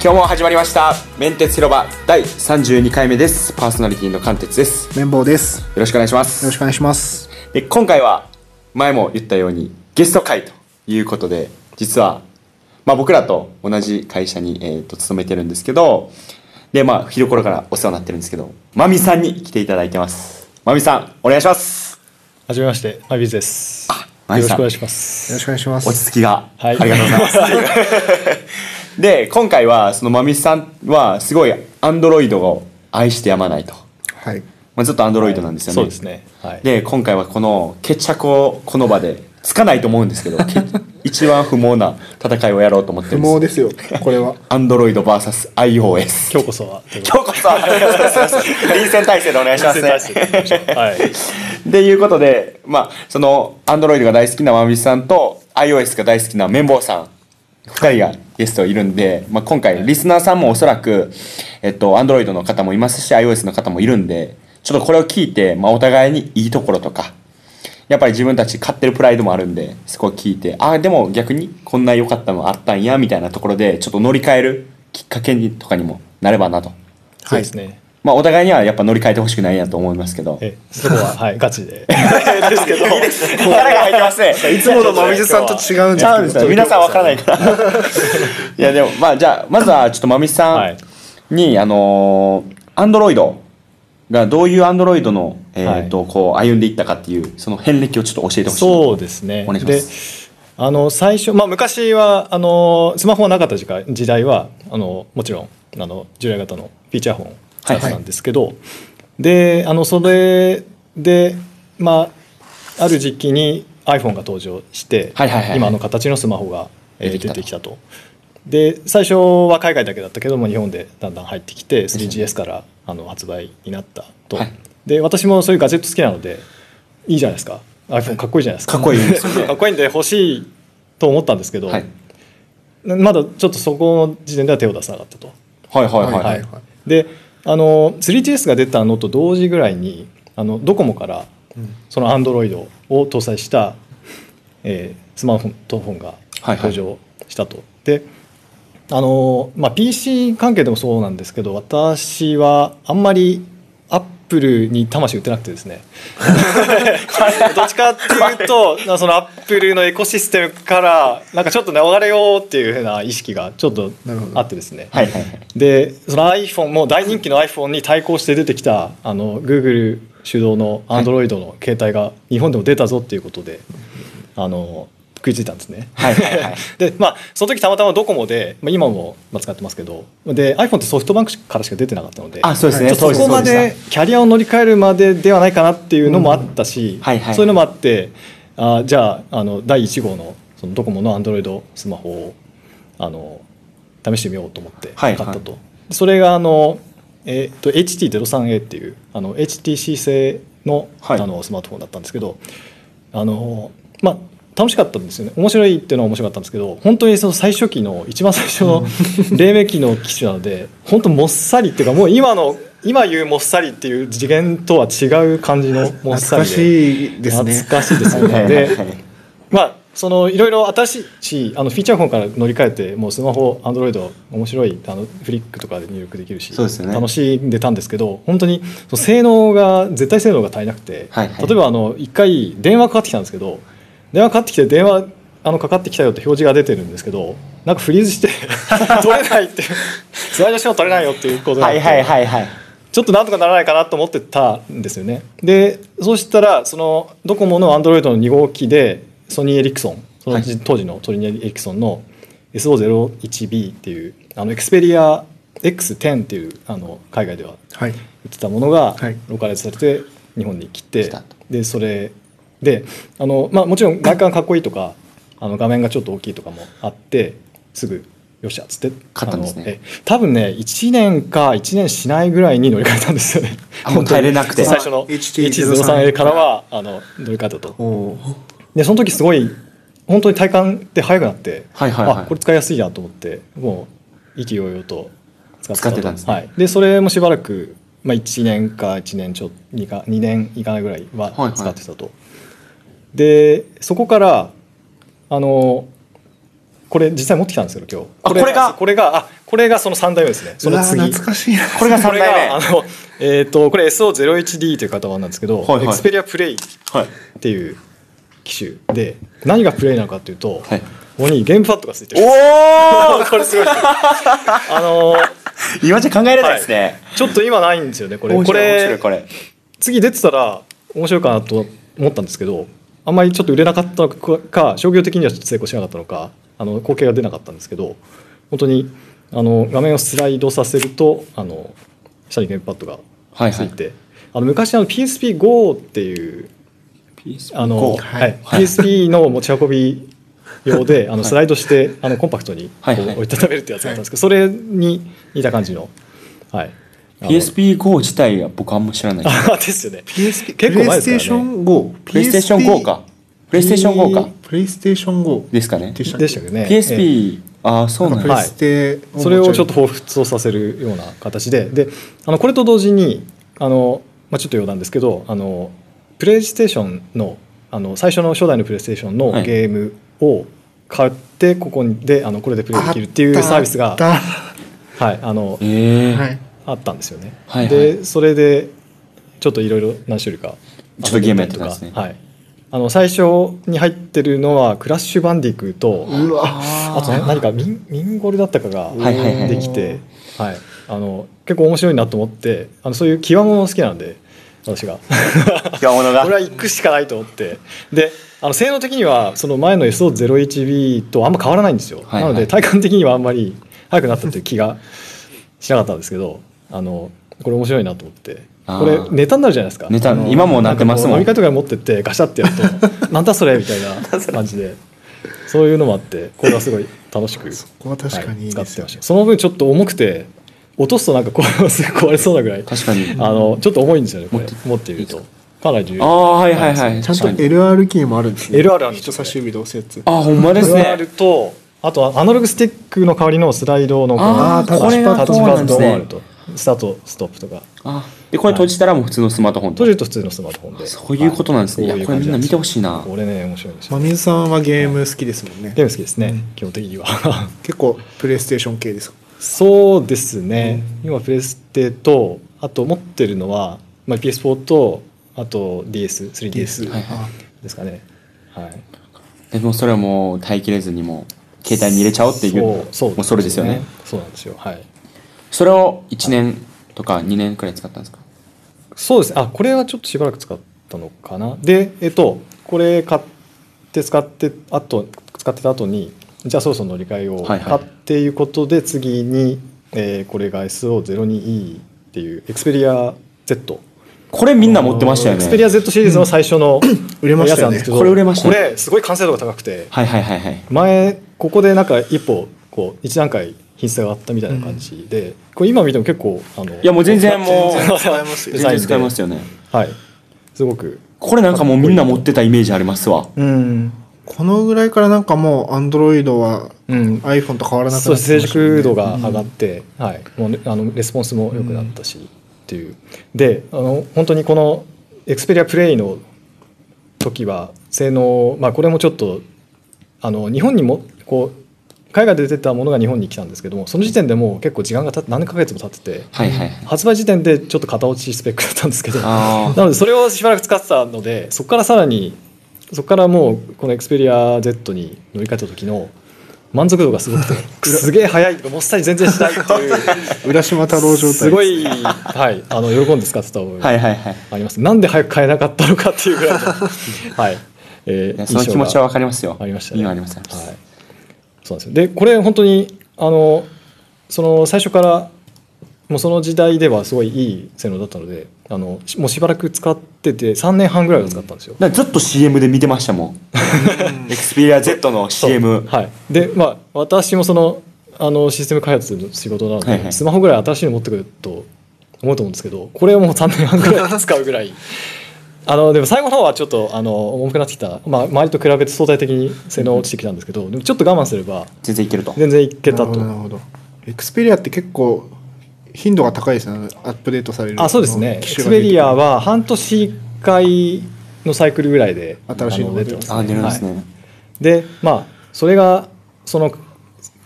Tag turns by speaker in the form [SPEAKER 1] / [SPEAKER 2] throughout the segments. [SPEAKER 1] 今日も始まりましたメンテツ広場第32回目ですパーソナリティの関鉄ですよ
[SPEAKER 2] 綿棒です。よ
[SPEAKER 1] ろしくお願いします
[SPEAKER 2] ろしくお願いします。
[SPEAKER 1] で今回は前も言ったようにゲスト会ということで実は、まあ、僕らと同じ会社に、えー、と勤めてるんですけどでまあ昼頃からお世話になってるんですけどまみさんに来ていただいてますまみさんお願いします
[SPEAKER 3] はじめまして、マビーズです。
[SPEAKER 1] マ
[SPEAKER 3] よ
[SPEAKER 1] ビー
[SPEAKER 3] ろし
[SPEAKER 1] さ
[SPEAKER 3] く
[SPEAKER 1] ん
[SPEAKER 3] お願いします。
[SPEAKER 2] よろしくお願いします。
[SPEAKER 1] 落ち着きが、
[SPEAKER 3] はい
[SPEAKER 1] ありがとうございます で今回はそのまみさんはすごいアンドロイドを愛してやまないと、
[SPEAKER 2] はい。
[SPEAKER 1] まあ、ずっとアンドロイドなんですよね、
[SPEAKER 3] そうですね。はい。
[SPEAKER 1] で今回はこの決着をこの場でつかないと思うんですけど け一番不毛な戦いをやろうと思って
[SPEAKER 2] 不
[SPEAKER 1] るんで
[SPEAKER 2] 毛ですすよ、これは。
[SPEAKER 1] アンドロイド VSiOS
[SPEAKER 3] 今日こそは。今
[SPEAKER 1] 今日こそ 臨戦態勢でお願いしますね
[SPEAKER 3] はい。
[SPEAKER 1] っていうことでまあそのアンドロイドが大好きなまみさんと iOS が大好きな綿棒さん2人がゲストいるんで、まあ、今回リスナーさんもおそらくえっとアンドロイドの方もいますし iOS の方もいるんでちょっとこれを聞いて、まあ、お互いにいいところとかやっぱり自分たち買ってるプライドもあるんでそこを聞いてああでも逆にこんな良かったのあったんやみたいなところでちょっと乗り換えるきっかけにとかにもなればなと。
[SPEAKER 3] そうですね。
[SPEAKER 1] まあお互いにはやっぱ乗り換えてほしくないなと思いますけど。
[SPEAKER 3] え、そこは、はい、ガチで。
[SPEAKER 1] ですけど。いい ですね。力が入ってますね。いつもの
[SPEAKER 2] 水さんと違うん
[SPEAKER 1] ちゃうんですよ。皆さんわからない から。いやでもまあじゃあまずはちょっとまみ
[SPEAKER 3] は
[SPEAKER 1] さ
[SPEAKER 3] い
[SPEAKER 1] んに、あのアンドロイドがどういうアンドロイドのえっ、と、こう歩んでいったかっていうその遍歴をちょっと教えてほしい。
[SPEAKER 3] そうですね。
[SPEAKER 1] お願いします
[SPEAKER 3] であの最初、まあ、昔はあのスマホがなかった時代時代はあのもちろんあの従来型のフィーチャーフォンだったんですけど、であのそれで、まあ、ある時期に iPhone が登場して、
[SPEAKER 1] はいはいはい
[SPEAKER 3] 今の形のスマホが、えー
[SPEAKER 1] 出てきた
[SPEAKER 3] 出
[SPEAKER 1] と
[SPEAKER 3] てきたと。で最初は海外だけだったけども日本でだんだん入ってきて 3GS からあの発売になったと、
[SPEAKER 1] はい
[SPEAKER 3] で私もそういうガジェット好きなのでいいじゃないですか iPhone かっこいいじゃないですか
[SPEAKER 1] かっこいいですよね
[SPEAKER 3] かっこいいんで欲しいと思ったんですけど、
[SPEAKER 1] はい
[SPEAKER 3] まだちょっとそこの時点では手を出さなかったと
[SPEAKER 1] はいはいはい
[SPEAKER 2] は
[SPEAKER 1] はいい。
[SPEAKER 3] であの 3GS が出たのと同時ぐらいにあのドコモからその Android を搭載した、えースマートフォンが
[SPEAKER 1] はいはい
[SPEAKER 3] 登場したと。であの、まあ、PC 関係でもそうなんですけど私はあんまりアップルに魂売ってなくてで すねどっちかっていうとなそのアップルのエコシステムからなんかちょっと流れようっていうふうな意識がちょっと
[SPEAKER 2] なるほど
[SPEAKER 3] あってですね
[SPEAKER 1] はいはいはい。
[SPEAKER 3] でその iPhone もう大人気の iPhone に対抗して出てきたあの Google 主導の Android の携帯が日本でも出たぞっていうことであの食いついたんですね。
[SPEAKER 1] はいはいはい。
[SPEAKER 3] でまあその時たまたまドコモで、まあ、今もまあ使ってますけどで iPhone ってソフトバンクからしか出てなかったので
[SPEAKER 1] あそうですね。
[SPEAKER 3] ちょっとそこまでキャリアを乗り換えるまでではないかなっていうのもあったし、
[SPEAKER 1] んはいはい
[SPEAKER 3] そういうのもあってあじゃああの第1号のそのドコモのアンドロイドスマホをあの試してみようと思って
[SPEAKER 1] は
[SPEAKER 3] 買
[SPEAKER 1] い
[SPEAKER 3] ったと、それがあの、えっと HT03A っていうあの HTC 製の,、
[SPEAKER 1] はい
[SPEAKER 3] あのスマートフォンだったんですけどあのまあ楽しかったんですよね面白いっていうのは面白かったんですけど本当にその最初期の一番最初の黎明期の機種なので本当もっさりっていうかもう今の今言うもっさりっていう次元とは違う感じのもっさ
[SPEAKER 2] 懐か
[SPEAKER 3] りで
[SPEAKER 2] しいですね。
[SPEAKER 3] 懐かしいですよ
[SPEAKER 1] はい
[SPEAKER 3] ね
[SPEAKER 1] はいはいは
[SPEAKER 3] で
[SPEAKER 1] い
[SPEAKER 3] まあそのいろいろ新しいあのフィーチャーフォンから乗り換えてもうスマホアンドロイド面白いあのフリックとかで入力できるし、
[SPEAKER 1] そうですよね
[SPEAKER 3] 楽しんでたんですけど本当にその性能が絶対性能が足りなくて、
[SPEAKER 1] はいはい
[SPEAKER 3] 例えばあの1回電話かかってきたんですけど電話かかってきて電話あのかかってきたよって表示が出てるんですけどなんかフリーズして 取れないっていう スライドショー取れないよっていうことになっ
[SPEAKER 1] は
[SPEAKER 3] て
[SPEAKER 1] いはいはいはい。
[SPEAKER 3] ちょっとなんとかならないかなと思ってたんですよね。でそうしたらそのドコモのアンドロイドの2号機でソニーエリクソンその時、当時のソニーエリクソンの SO01B っていうあのエクスペリア X10 っていうあの海外では
[SPEAKER 2] はい。
[SPEAKER 3] 売ってたものが
[SPEAKER 2] はい
[SPEAKER 3] ローカライズされて日本に来て、
[SPEAKER 1] 来たと
[SPEAKER 3] でそれであの、まあ、もちろん外観かっこいいとかあの画面がちょっと大きいとかもあってすぐよっしゃっつって
[SPEAKER 1] 買ったんですね
[SPEAKER 3] あのえ多分ね1年か1年しないぐらいに乗り換えたんですよね
[SPEAKER 1] あもう帰れなくて
[SPEAKER 3] 本当に最初の H03A からはあの乗り換えたと
[SPEAKER 2] おお。
[SPEAKER 3] でその時すごい本当に体感って速くなって、
[SPEAKER 1] はいはいはい
[SPEAKER 3] あこれ使いやすいなと思ってもう意気揚々と使って
[SPEAKER 1] 使
[SPEAKER 3] た
[SPEAKER 1] っ
[SPEAKER 3] と
[SPEAKER 1] てたんですね
[SPEAKER 3] はい、でそれもしばらく、まあ、1年か1年ちょ2か2年いかないぐらい
[SPEAKER 1] はいは
[SPEAKER 3] はい使ってたと、でそこからあのこれ実際持ってきたんですけど今日
[SPEAKER 1] あこれが
[SPEAKER 3] これがあこれがその3代目ですねその次
[SPEAKER 2] うわ懐かしいな
[SPEAKER 1] これが3
[SPEAKER 3] こ
[SPEAKER 1] 代
[SPEAKER 3] れ
[SPEAKER 1] 目
[SPEAKER 3] があの、えー、とこれ SO01D という型番なんですけど、
[SPEAKER 1] はいはい
[SPEAKER 3] エクスペリアプレイっ
[SPEAKER 1] はい
[SPEAKER 3] ていう機種で何がプレイなのかっていうと、
[SPEAKER 1] はい
[SPEAKER 3] ここにゲームパッドがついてる
[SPEAKER 1] おお
[SPEAKER 3] これすごいですよあのー
[SPEAKER 1] 今じゃ考えれないですね、
[SPEAKER 3] ちょっと今ないんですよねこれ
[SPEAKER 1] 面
[SPEAKER 3] こ
[SPEAKER 1] 白い面白
[SPEAKER 3] れ
[SPEAKER 1] いこれ
[SPEAKER 3] 次出てたら面白いかなと思ったんですけどあんまりちょっと売れなかったのか商業的にはちょっと成功しなかったのかあの光景が出なかったんですけど本当にあの画面をスライドさせるとあの下にゲームパッドが
[SPEAKER 1] はい
[SPEAKER 3] つ
[SPEAKER 1] はい
[SPEAKER 3] いて、あの昔あの PSPGO っていうあの、
[SPEAKER 1] こう
[SPEAKER 3] はい
[SPEAKER 1] はい
[SPEAKER 3] PSP の持ち運び用であのスライドしてあのコンパクトにこう
[SPEAKER 1] はいはい
[SPEAKER 3] 折りたためるってやつがあったんですけど、それに似た感じの、はい、あの
[SPEAKER 1] PSP5 自体は僕あんま知らないです
[SPEAKER 3] あですよね
[SPEAKER 2] PSP
[SPEAKER 3] 結構前ですからね
[SPEAKER 2] プレイステーション5
[SPEAKER 1] プレイステーション5かプレイステーション5か
[SPEAKER 2] プレイステーション5
[SPEAKER 1] ですかね
[SPEAKER 2] でした
[SPEAKER 3] でしたけどね
[SPEAKER 1] PSP ああそうなん
[SPEAKER 2] プ
[SPEAKER 1] だ
[SPEAKER 2] レ
[SPEAKER 3] は
[SPEAKER 2] イ
[SPEAKER 3] い
[SPEAKER 2] ステ
[SPEAKER 3] それをちょっと
[SPEAKER 2] 持
[SPEAKER 3] 彷彿とさせるような形でであのこれと同時にあの、まあ、ちょっと余談ですけどあのプレイステーションのあの最初の初代のプレイステーションの
[SPEAKER 1] はい
[SPEAKER 3] ゲームを買ってここにであのこれでプレイできるっていうサービスが
[SPEAKER 2] あったあっ
[SPEAKER 3] はい、あの
[SPEAKER 1] ええ
[SPEAKER 2] たはい
[SPEAKER 3] あったんですよね。
[SPEAKER 1] はいはい
[SPEAKER 3] でそれでちょっといろいろ何種類か
[SPEAKER 1] ちょっとゲームやってたんですね
[SPEAKER 3] はい、あの最初に入ってるのは「クラッシュバンディクーと」
[SPEAKER 2] うわ
[SPEAKER 3] あと何かミンミンゴルだったかが
[SPEAKER 1] はいはいはい
[SPEAKER 3] できて、はいあの結構面白いなと思ってあのそういう際物好きなんで私が
[SPEAKER 1] 今物
[SPEAKER 3] 俺は行くしかないと思ってであの性能的にはその前の SO01B とあんま変わらないんですよ、
[SPEAKER 1] はいはい
[SPEAKER 3] なので体感的にはあんまり速くなったという気がしなかったんですけどあのこれ面白いなと思って
[SPEAKER 1] あ
[SPEAKER 3] これ
[SPEAKER 1] ー
[SPEAKER 3] ネタになるじゃないですか
[SPEAKER 1] ネタ
[SPEAKER 3] あの
[SPEAKER 1] 今もなってますもん
[SPEAKER 3] なかこう飲み会とかに持ってってガシャってやる となんだそれみたいな感じでそういうのもあってこれはすごい楽しく
[SPEAKER 2] ここは確かにいいで
[SPEAKER 3] はい使っ
[SPEAKER 2] す
[SPEAKER 3] て
[SPEAKER 2] よ
[SPEAKER 3] ましたその分ちょっと重くて落とすとなんかこうすぐ壊れそうなぐらい
[SPEAKER 1] 確かに
[SPEAKER 3] あのちょっと重いんですよねこれ持っているとかなり重
[SPEAKER 1] あ
[SPEAKER 3] 要
[SPEAKER 1] あはいはいはい
[SPEAKER 2] ちゃん
[SPEAKER 1] 確
[SPEAKER 2] と
[SPEAKER 1] かに
[SPEAKER 2] LR キーもあるんですね
[SPEAKER 3] LR あるんですね
[SPEAKER 2] 人差し指で押すやつ
[SPEAKER 1] あほんまです
[SPEAKER 3] があ
[SPEAKER 1] ね
[SPEAKER 3] るとあとはアナログスティックの代わりのスライドのこ
[SPEAKER 1] あ
[SPEAKER 2] ー
[SPEAKER 3] の
[SPEAKER 2] これが
[SPEAKER 3] タッチ
[SPEAKER 2] そうな
[SPEAKER 3] パ
[SPEAKER 2] んで
[SPEAKER 3] ッド
[SPEAKER 2] す
[SPEAKER 3] も
[SPEAKER 2] ね
[SPEAKER 3] あるとスタートストップとか
[SPEAKER 1] あでこれ閉じたらもう普通のスマートフォンと
[SPEAKER 3] 閉じると普通のスマートフォンで
[SPEAKER 1] そういうことなんですね
[SPEAKER 3] はい
[SPEAKER 1] やこれみんな見てほしいな
[SPEAKER 3] これね面白いんです
[SPEAKER 2] ま
[SPEAKER 3] よ
[SPEAKER 2] みずさんはゲーム好きですもんね
[SPEAKER 3] ゲーム好きですね基本的には
[SPEAKER 2] 結構プレイステーション系ですか
[SPEAKER 3] そうですね、今プレステとあと持ってるのは、まあ、PS4 とあと DS3DS
[SPEAKER 1] はいはい
[SPEAKER 3] ですかね、はい、
[SPEAKER 1] でもそれはもう耐えきれずにもう携帯に入れちゃおうっていう
[SPEAKER 3] そう
[SPEAKER 1] もうそれですよね
[SPEAKER 3] そうなんですよはい
[SPEAKER 1] それを1年とか2年くらい使ったんですか
[SPEAKER 3] そうですねあこれはちょっとしばらく使ったのかなでえっとこれ買って使ってあと使ってた後にじゃあそろそろ乗り換えを
[SPEAKER 1] はいはい
[SPEAKER 3] 買っていうことで次に、えーこれが SO02E っていう Xperia Z
[SPEAKER 1] これみんな持ってましたよね
[SPEAKER 3] Xperia Z シリーズの最初の
[SPEAKER 2] 売れまし
[SPEAKER 3] や
[SPEAKER 2] た
[SPEAKER 3] つ
[SPEAKER 2] よ
[SPEAKER 3] なん
[SPEAKER 2] ね
[SPEAKER 3] ですけど、
[SPEAKER 1] これ売れました
[SPEAKER 3] こ
[SPEAKER 1] ね
[SPEAKER 3] れすごい完成度が高くて
[SPEAKER 1] はいはいはいはい
[SPEAKER 3] 前ここでなんか一歩こう一段階品質が上がったみたいな感じで、これ今見ても結構あの
[SPEAKER 1] いやもう全然もう
[SPEAKER 2] 全然使えますよ
[SPEAKER 3] デ
[SPEAKER 1] 全
[SPEAKER 3] ザイン
[SPEAKER 1] 然
[SPEAKER 3] で
[SPEAKER 1] 使えますよね
[SPEAKER 3] はいすごく
[SPEAKER 1] これなんかもうみんな持ってたイメージありますわ
[SPEAKER 3] うん、
[SPEAKER 2] このぐらいからなんかもうアンドロイドは
[SPEAKER 3] うん
[SPEAKER 2] iPhone と変わらなく
[SPEAKER 3] そ
[SPEAKER 2] な
[SPEAKER 3] う
[SPEAKER 2] ってきま
[SPEAKER 3] 成
[SPEAKER 2] したもんね
[SPEAKER 3] 熟度が上がって、はい、もうねあのレスポンスも良くなったし、っていうであの本当にこのエクスペリアプレイの時は性能、まあ、これもちょっとあの日本にもこう海外で出てたものが日本に来たんですけどもその時点でもう結構時間が経って何ヶ月も経ってて
[SPEAKER 1] はいはい
[SPEAKER 3] 発売時点でちょっと型落ちスペックだったんですけど
[SPEAKER 1] あ
[SPEAKER 3] なのでそれをしばらく使ってたのでそこからさらにそこからもうこの XperiaZ に乗り換えた時の満足度がすご くてすげえ早いとかもっさり全然しないっていう
[SPEAKER 2] 浦島太郎状態
[SPEAKER 3] すごい、はい、あの喜んで使ってた覚え
[SPEAKER 1] あ
[SPEAKER 3] が
[SPEAKER 1] はいはいはい
[SPEAKER 3] あります、なんで早く買えなかったのかっていうぐらいの、はいえ
[SPEAKER 1] い
[SPEAKER 3] ー
[SPEAKER 1] やその気持ちはわかりますよ
[SPEAKER 3] ありましたね。
[SPEAKER 1] 今ありますあります
[SPEAKER 3] はい。そうなんですよ。で、これ本当にあのその最初からもうその時代ではすごいいい性能だったので、あのしもうしばらく使ってて3年半ぐらいは使ったんですよ。
[SPEAKER 1] だからずっと CM で見てましたもん XperiaZ の
[SPEAKER 3] そう
[SPEAKER 1] CM
[SPEAKER 3] はい。で、まあ私もそのあのシステム開発の仕事なので、
[SPEAKER 1] はいはい
[SPEAKER 3] スマホぐらい新しいの持ってくると思うと思うんですけど、これをもう3年半ぐらい使うぐらい。 あのでも最後の方はちょっとあの重くなってきた、まあ、周りと比べて相対的に性能落ちてきたんですけどでもちょっと我慢すれば
[SPEAKER 1] 全然いけると
[SPEAKER 3] 全然いけたと
[SPEAKER 2] なるほどなるほどエクスペリアって結構頻度が高いですねアップデートされる
[SPEAKER 3] あそうですねエク
[SPEAKER 2] 機
[SPEAKER 3] ス
[SPEAKER 2] 種が出
[SPEAKER 3] ペ
[SPEAKER 2] てくる
[SPEAKER 3] リアは半年1回のサイクルぐらいで
[SPEAKER 2] 新しいの
[SPEAKER 3] あ
[SPEAKER 2] が
[SPEAKER 3] 出
[SPEAKER 2] 出
[SPEAKER 3] て
[SPEAKER 2] てます
[SPEAKER 3] ま
[SPEAKER 2] す
[SPEAKER 1] あ出るんですね、
[SPEAKER 3] はいでまあそれがその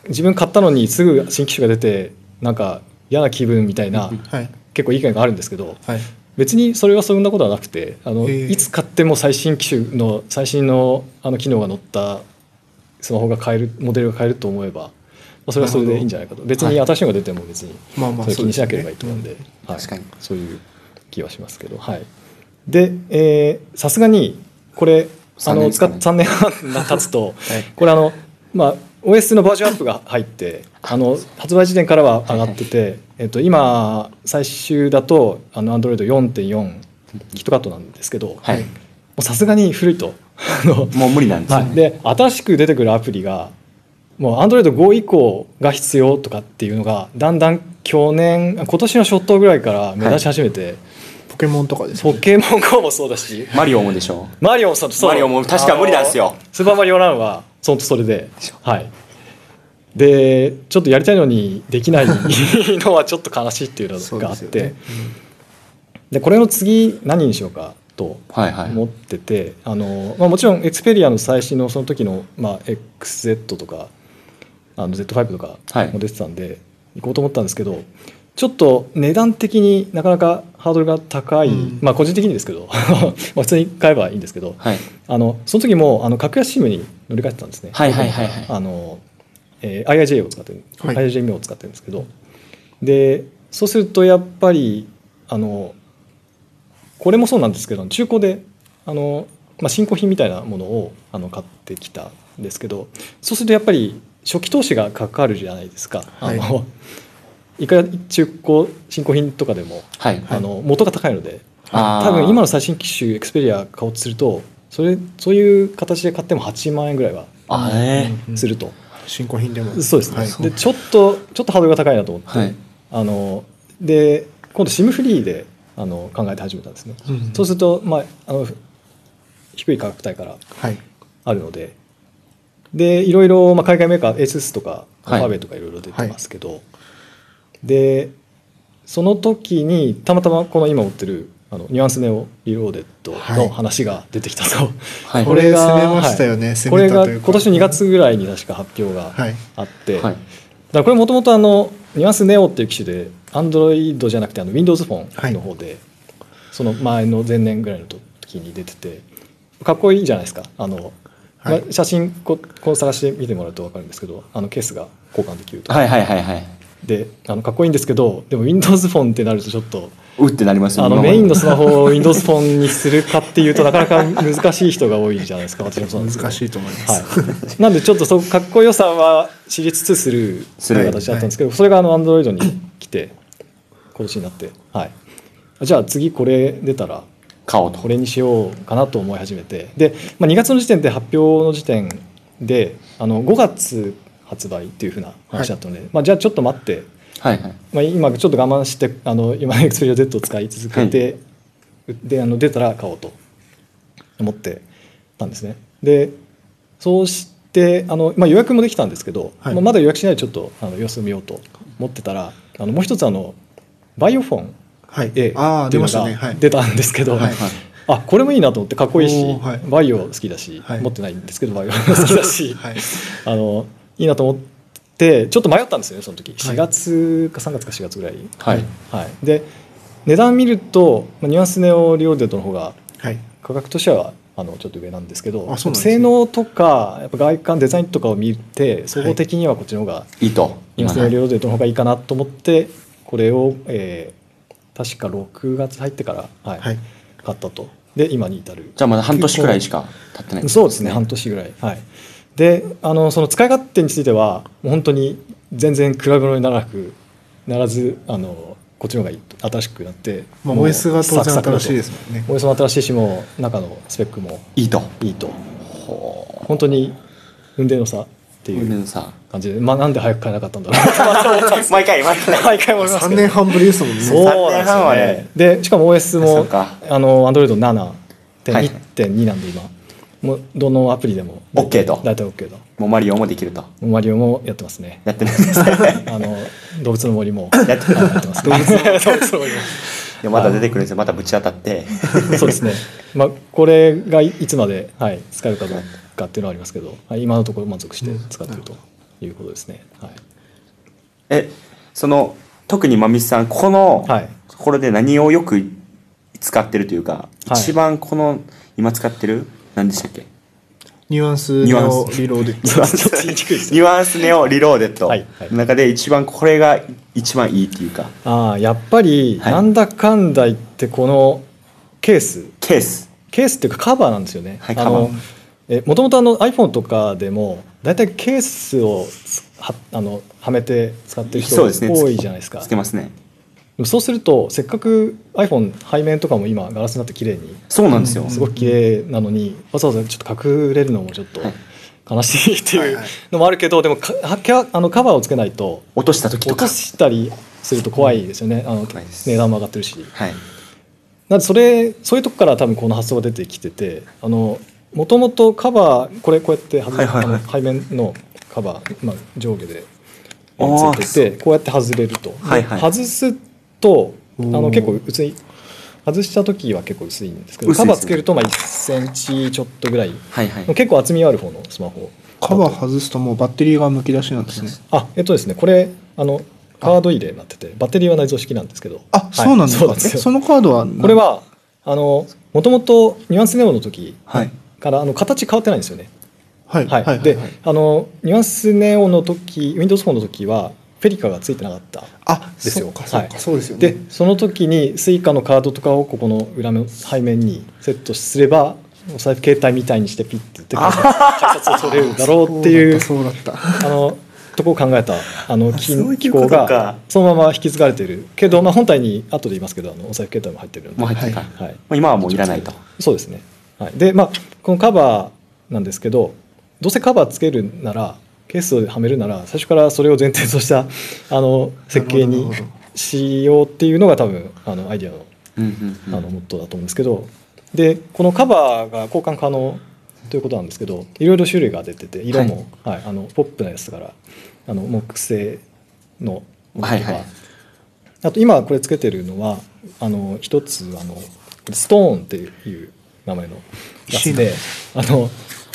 [SPEAKER 3] 自分買ったのにすぐ新機種が出てなんか嫌な気分みたいな
[SPEAKER 2] はい
[SPEAKER 3] 結構意見があるんですけど
[SPEAKER 2] はい
[SPEAKER 3] 別にそれはそんなことはなくてあの
[SPEAKER 2] へえ
[SPEAKER 3] いつ買っても最新機種の最新のあの機能が載ったスマホが買えるモデルが買えると思えばまあそれはそれでいいんじゃないかと別
[SPEAKER 2] は
[SPEAKER 3] に
[SPEAKER 2] い
[SPEAKER 3] 新しいのが出ても別に
[SPEAKER 2] まあまあ
[SPEAKER 3] それ気にしなければいい
[SPEAKER 2] そうですね
[SPEAKER 3] と思うんではい
[SPEAKER 1] 確かに
[SPEAKER 3] そういう気はしますけどはいでえーさすがにこれあ
[SPEAKER 1] 三年
[SPEAKER 3] の
[SPEAKER 1] です
[SPEAKER 3] 使
[SPEAKER 1] か
[SPEAKER 3] っ
[SPEAKER 1] ね
[SPEAKER 3] 3年半経つと
[SPEAKER 2] はい
[SPEAKER 3] これあの、まあ、OS のバージョンアップが入ってあの発売時点からは上がってて、えっと、今最終だとあの Android4.4 キットカットなんですけども
[SPEAKER 1] はい、
[SPEAKER 3] うさすがに古いと。 あの
[SPEAKER 1] もう無理なんですよ、
[SPEAKER 3] は
[SPEAKER 1] ね
[SPEAKER 3] い、で新しく出てくるアプリがもう Android5 以降が必要とかっていうのがだんだん去年今年の初頭ぐらいから目立ち始めて、
[SPEAKER 2] ポケモンとかですね
[SPEAKER 3] ポケモン GO もそうだし
[SPEAKER 1] マリオもでしょ
[SPEAKER 3] マリオもそうそう
[SPEAKER 1] マリオも確か無理なんですよ
[SPEAKER 3] あのスーパーマリオランはそんとそれではいでちょっとやりたいのにできないのはちょっと悲しいっていう
[SPEAKER 2] そ
[SPEAKER 3] の
[SPEAKER 2] う
[SPEAKER 3] が
[SPEAKER 2] で
[SPEAKER 3] あっ
[SPEAKER 2] す
[SPEAKER 3] て
[SPEAKER 2] よ
[SPEAKER 3] で,、
[SPEAKER 2] ね
[SPEAKER 3] これの次何にしようかと
[SPEAKER 1] はいはい
[SPEAKER 3] 思ってて、あのまあ、もちろんエクスペリアの最新のその時の、まあ、XZ とかあの Z5 とか
[SPEAKER 1] はい
[SPEAKER 3] も出てたんで、行こうと思ったんですけどちょっと値段的になかなかハードルが高い、
[SPEAKER 2] うん
[SPEAKER 3] まあ個人的にですけど まあ普通に買えばいいんですけど、
[SPEAKER 1] はい
[SPEAKER 3] あのその時もあの格安シムに乗り換えてたんですね。
[SPEAKER 1] はいはいはいはい
[SPEAKER 3] あの、えー IIJ を使ってる、
[SPEAKER 2] はい
[SPEAKER 3] IIJ を使ってるんですけど、でそうするとやっぱりあのこれもそうなんですけど中古であの、まあ、新古品みたいなものをあの買ってきたんですけどそうするとやっぱり初期投資がかかるじゃないですか。あのいくら中古新古品とかでも、
[SPEAKER 1] はい、
[SPEAKER 2] はい
[SPEAKER 3] あの元が高いので
[SPEAKER 1] あー
[SPEAKER 3] 多分今の最新機種エクスペリア買おうとするとそれそういう形で買っても8万円ぐらいは
[SPEAKER 1] あえー
[SPEAKER 3] すると、
[SPEAKER 2] 新古品でも
[SPEAKER 3] そうですね、
[SPEAKER 2] はい
[SPEAKER 3] でちょっとちょっとハードルが高いなと思って、
[SPEAKER 1] はい
[SPEAKER 3] あので今度 SIM フリーであの考えて始めたんですね、
[SPEAKER 2] うん
[SPEAKER 3] そうすると、まあ、あの低い価格帯から
[SPEAKER 2] はい
[SPEAKER 3] あるのででいろいろ、まあ、海外メーカー ASUS とかフ
[SPEAKER 1] はい
[SPEAKER 3] ァーウェイとかいろいろ出てますけど、でその時にたまたまこの今持ってるあのニュアンスネオリローデッド
[SPEAKER 2] はい
[SPEAKER 3] の話が出てきたと、
[SPEAKER 1] はい
[SPEAKER 2] これ攻めましたよね 攻
[SPEAKER 3] これ
[SPEAKER 2] めた
[SPEAKER 3] が
[SPEAKER 2] という
[SPEAKER 3] 今
[SPEAKER 2] か
[SPEAKER 3] 年の2月ぐらいに確か発表が
[SPEAKER 2] はい
[SPEAKER 3] あって、
[SPEAKER 1] はい
[SPEAKER 3] だからこれもともとあのニュアンスネオっていう機種で Android じゃなくてあの Windows フォンの方で、その前の前年ぐらいの時に出ててかっこいいじゃないですかあの、
[SPEAKER 2] はい
[SPEAKER 3] まあ写真ここう探して見てもらうと分かるんですけどあのケースが交換できると、
[SPEAKER 1] はいはいはいはい
[SPEAKER 3] であのかっこいいんですけどでも Windows フォンってなるとちょっと。
[SPEAKER 1] うってなりますよ
[SPEAKER 3] あ
[SPEAKER 1] 今
[SPEAKER 3] の
[SPEAKER 1] まで
[SPEAKER 3] メインのスマホを Windows フォンにするかっていうとなかなか難しい人が多いじゃないですか私もそうなんですけど
[SPEAKER 2] 難しいと思います、
[SPEAKER 3] はい、なんでちょっとそのかっこよさは知りつつする
[SPEAKER 1] スルー
[SPEAKER 3] 形だったんですけど、それがあの Android に来て今年になって、はい、じゃあ次これ出たら
[SPEAKER 1] 買おうと
[SPEAKER 3] これにしようかなと思い始めてで、まあ、2月の時点で発表の時点であの5月発売っていうふうな話だったので、まあ、じゃあちょっと待って、
[SPEAKER 1] はいはい
[SPEAKER 3] まあ、今ちょっと我慢してあの今 Xperia Z を使い続けて、であの出たら買おうと思ってたんですねでそうしてあの、まあ、予約もできたんですけど、
[SPEAKER 2] はい
[SPEAKER 3] まあ、まだ予約しないでちょっとあの様子を見ようと思ってたらあのもう一つあのバイオフォン
[SPEAKER 2] はい
[SPEAKER 3] A
[SPEAKER 2] ああ
[SPEAKER 3] っ
[SPEAKER 2] 出
[SPEAKER 3] ていう
[SPEAKER 2] ま
[SPEAKER 3] の
[SPEAKER 2] したねは
[SPEAKER 3] が
[SPEAKER 2] い
[SPEAKER 3] 出たんですけど、
[SPEAKER 2] はい
[SPEAKER 3] あこれもいいなと思ってかっこいいし、
[SPEAKER 2] おーはい
[SPEAKER 3] バイオ好きだし、
[SPEAKER 2] はい
[SPEAKER 3] 持ってないんですけどバイオ好きだし、
[SPEAKER 2] はい
[SPEAKER 3] あのいいなと思ってちょっと迷ったんですよねその時
[SPEAKER 2] はい
[SPEAKER 3] 4月か3月か4月ぐらい、
[SPEAKER 1] はい
[SPEAKER 3] はい、で値段見るとまあニュアンスネオリオデッドの方が
[SPEAKER 2] はい
[SPEAKER 3] 価格としてはあのちょっと上なんですけど
[SPEAKER 2] あそうなんですね
[SPEAKER 3] 性能とかやっぱ外観デザインとかを見て総合的にはこっちの方が、
[SPEAKER 1] いいと
[SPEAKER 3] ニュアンス
[SPEAKER 1] は
[SPEAKER 3] ネオ
[SPEAKER 1] い
[SPEAKER 3] リオデッドの方がいいかなと思ってこれを、えー確か6月入ってから、はい
[SPEAKER 2] はい
[SPEAKER 3] 買ったとで今に至る
[SPEAKER 1] じゃあまだ半年くらいしか経ってない
[SPEAKER 3] そうですね半年ぐらいはいであのその使い勝手についてはもう本当に全然比べ物にならなくならずあのこっちの方がいい新しくなって、
[SPEAKER 2] まあ
[SPEAKER 3] もう
[SPEAKER 2] OS が当
[SPEAKER 3] サクサ
[SPEAKER 2] 然
[SPEAKER 3] ク
[SPEAKER 2] 新
[SPEAKER 3] だと
[SPEAKER 2] しいですもんね
[SPEAKER 3] OS も新しいしもう中のスペックも
[SPEAKER 1] いいと
[SPEAKER 3] いいと本当に運転の差って
[SPEAKER 1] う
[SPEAKER 3] いうん
[SPEAKER 1] さ
[SPEAKER 3] 感じで、まあ、なんで早く買えなかったんだろう
[SPEAKER 1] 毎回毎回
[SPEAKER 3] 毎回思います
[SPEAKER 2] 3
[SPEAKER 3] けど
[SPEAKER 2] 年半ぶりですもんね
[SPEAKER 3] そう
[SPEAKER 1] 3年
[SPEAKER 3] なんです
[SPEAKER 1] 半
[SPEAKER 3] よ
[SPEAKER 1] は
[SPEAKER 3] ね
[SPEAKER 1] ね。
[SPEAKER 3] でしかも OS
[SPEAKER 1] そ
[SPEAKER 3] も
[SPEAKER 1] うか
[SPEAKER 3] あの Android 7.2.2、
[SPEAKER 1] はい
[SPEAKER 3] なんで今もうどのアプリでも
[SPEAKER 1] OK と
[SPEAKER 3] 大体 OK と
[SPEAKER 1] もうマリオもできると
[SPEAKER 3] マリオもやってますね
[SPEAKER 1] やってないです
[SPEAKER 3] あの動物の森も
[SPEAKER 1] やって
[SPEAKER 3] はいやってますね動物の森も
[SPEAKER 1] いやまだ出てくるんですよまたぶち当たって
[SPEAKER 3] そうですね、まあ、これがいいつまで、はい、使えるかどうかっていうのはありますけど、はい今のところ満足して使ってるということですね。はい。
[SPEAKER 1] えその特にまみさんこの
[SPEAKER 3] はい
[SPEAKER 1] ところで何をよく使ってるというか、
[SPEAKER 3] はい
[SPEAKER 1] 一番この今使ってる何でしたっけ
[SPEAKER 2] ニュアンス
[SPEAKER 1] ニュア
[SPEAKER 2] の
[SPEAKER 1] ンス
[SPEAKER 2] リローデッ
[SPEAKER 1] ニ
[SPEAKER 2] ド
[SPEAKER 1] ュアンス
[SPEAKER 3] ちょっと言いにくいです
[SPEAKER 1] ニュアンスネオリローデッド
[SPEAKER 3] はいはい
[SPEAKER 1] の中で一番これが一番いいっていうか
[SPEAKER 3] ああやっぱり
[SPEAKER 1] はい
[SPEAKER 3] なんだかんだ言ってこのケース
[SPEAKER 1] ケース
[SPEAKER 3] ケースっていうかカバーなんですよね。
[SPEAKER 1] はい
[SPEAKER 3] あ
[SPEAKER 1] カバ
[SPEAKER 3] の
[SPEAKER 1] ー
[SPEAKER 3] えもともとあの iPhone とかでも大体ケースをはあのはめて使ってる人
[SPEAKER 1] そう
[SPEAKER 3] が
[SPEAKER 1] ですね
[SPEAKER 3] 多いじゃないですか。
[SPEAKER 1] つけますね
[SPEAKER 3] でもそうするとせっかく iPhone 背面とかも今ガラスになって綺麗に
[SPEAKER 1] そうなんですよ、
[SPEAKER 2] うん
[SPEAKER 3] すごく綺麗なのにわざわざちょっと隠れるのもちょっと
[SPEAKER 1] はい
[SPEAKER 3] 悲しいってい
[SPEAKER 2] はいうはい
[SPEAKER 3] のもあるけどでもかかあのカバーをつけないと
[SPEAKER 1] 落とした時と
[SPEAKER 3] 落
[SPEAKER 1] か
[SPEAKER 3] としたりすると怖いですよねあの
[SPEAKER 1] 怖いです
[SPEAKER 3] 値段も上がってるし
[SPEAKER 1] はい
[SPEAKER 3] なんでそれそういうとこから多分この発想が出てきててあのもともとカバーこれこうやって外れ、
[SPEAKER 1] はいはいはい
[SPEAKER 3] あの背面のカバー、まあ、上下で
[SPEAKER 1] あー
[SPEAKER 3] ついててこうやって外れると、
[SPEAKER 1] はいはい
[SPEAKER 3] 外すとあ
[SPEAKER 2] おー
[SPEAKER 3] の結構薄い外した時は結構薄いんですけど
[SPEAKER 1] 薄い
[SPEAKER 3] カ
[SPEAKER 1] ですね
[SPEAKER 3] バーつけるとまあ1センチちょっとぐらい
[SPEAKER 1] はいはい
[SPEAKER 3] 結構厚みある方のスマホ
[SPEAKER 2] カバー外すともうバッテリーがむき出しなんですね
[SPEAKER 3] あえっとですねこれあのカード入れになっててバッテリーは内蔵式なんですけど
[SPEAKER 2] あ、
[SPEAKER 3] はい
[SPEAKER 2] そうなんですか
[SPEAKER 3] そうです
[SPEAKER 2] え
[SPEAKER 3] よ
[SPEAKER 2] そのカードは
[SPEAKER 3] これはあのもともとニュアンスネオの時
[SPEAKER 1] はい
[SPEAKER 3] からあの形変わってないんですよね。
[SPEAKER 2] はい
[SPEAKER 3] は
[SPEAKER 2] はいいはい
[SPEAKER 3] で
[SPEAKER 2] はい
[SPEAKER 3] あのニュアンスネオの時 Windows フォンの時はフェリカが付いてなかった。
[SPEAKER 2] あ
[SPEAKER 3] ですよ
[SPEAKER 2] そうかそう
[SPEAKER 3] は
[SPEAKER 2] か
[SPEAKER 3] い
[SPEAKER 2] そうですよね
[SPEAKER 3] でその時に Suica のカードとかをここの裏面背面にセットすればお財布携帯みたいにしてピッてやって改札を取れるだろうっていう
[SPEAKER 2] そうだったそうだっ
[SPEAKER 3] あのとこを考えたあの機
[SPEAKER 1] そういう
[SPEAKER 3] 機
[SPEAKER 1] こ
[SPEAKER 3] 構
[SPEAKER 1] とか
[SPEAKER 3] がそのまま引き継がれてるけど、まあ、本体に後で言いますけどあのお財布携帯も入ってるので
[SPEAKER 1] もう入ってるか、
[SPEAKER 2] は
[SPEAKER 1] も
[SPEAKER 3] はい、
[SPEAKER 1] う今はもういらないと
[SPEAKER 3] そうですね、はい、でまあこのカバーなんですけどどうせカバーつけるならケースをはめるなら最初からそれを前提としたあの設計
[SPEAKER 2] な
[SPEAKER 3] に
[SPEAKER 2] るほどなるほ
[SPEAKER 3] しようっていうのが多分あのアイディアの
[SPEAKER 1] うん
[SPEAKER 3] あ
[SPEAKER 1] うんう
[SPEAKER 3] の
[SPEAKER 1] ん
[SPEAKER 3] モットーだと思うんですけどでこのカバーが交換可能ということなんですけどいろいろ種類が出てて色も、はいあのポップなやつからあの木製のものとか、
[SPEAKER 1] はいはい
[SPEAKER 3] あと今これつけてるのはあの一つあのストーンっていう名前のやつであの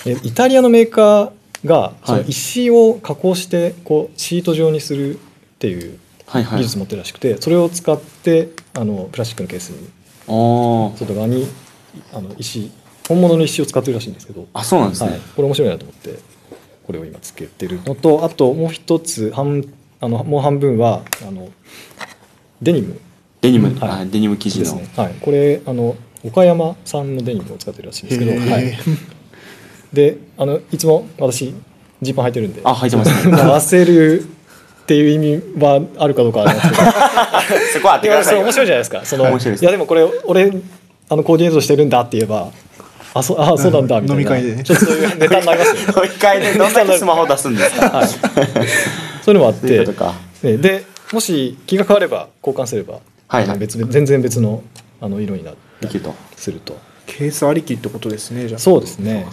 [SPEAKER 3] えイタリアのメーカーがその石を加工してこうシート状にするっていう
[SPEAKER 1] はいは
[SPEAKER 3] 技
[SPEAKER 1] い
[SPEAKER 3] 術持ってるらしくて、それを使ってあのプラスチックのケースに
[SPEAKER 1] おー
[SPEAKER 3] 外側にあの石本物の石を使ってるらしいんですけど、
[SPEAKER 1] あそうなんです
[SPEAKER 3] は
[SPEAKER 1] ね、
[SPEAKER 3] い、これ面白いなと思ってこれを今つけてるのとあともう一つ半あのもう半分はあのデニム
[SPEAKER 1] デニム、
[SPEAKER 3] はい
[SPEAKER 1] あデニム生地
[SPEAKER 3] で
[SPEAKER 1] の
[SPEAKER 3] すね、はい、これあの岡山産のデニムを使ってるらしいんですけど、
[SPEAKER 2] へー
[SPEAKER 3] はい、であのいつも私ジーパン履いてるんで
[SPEAKER 1] あ履いてますね
[SPEAKER 3] まあ焦るっていう意味はあるかどうかはありますけど
[SPEAKER 1] そこは当て
[SPEAKER 3] い
[SPEAKER 1] く
[SPEAKER 3] や
[SPEAKER 1] だ
[SPEAKER 3] そ
[SPEAKER 1] さ
[SPEAKER 3] れ
[SPEAKER 1] い
[SPEAKER 3] 面白いじゃないですかその、
[SPEAKER 1] はい
[SPEAKER 3] い、
[SPEAKER 1] 面白いです
[SPEAKER 3] やでもこれ俺あのコーディネートしてるんだって言えばあそあそうなんだ
[SPEAKER 2] うん
[SPEAKER 3] みたいな、
[SPEAKER 2] 飲み会でね
[SPEAKER 3] ちょっとそういうネタにな りますよね、
[SPEAKER 1] もう一回 ねどんだけスマホ出すんですか
[SPEAKER 3] は い、そういうのもあっ
[SPEAKER 1] そうい
[SPEAKER 3] て
[SPEAKER 1] うことか
[SPEAKER 3] ねでもし気が変われば交換すれば、
[SPEAKER 1] はいはい
[SPEAKER 3] あの別々全然別のあの色になっ
[SPEAKER 1] い
[SPEAKER 3] た
[SPEAKER 1] け
[SPEAKER 3] り
[SPEAKER 1] と
[SPEAKER 3] すると
[SPEAKER 2] ケースありきってことですねじゃあ
[SPEAKER 3] そうですね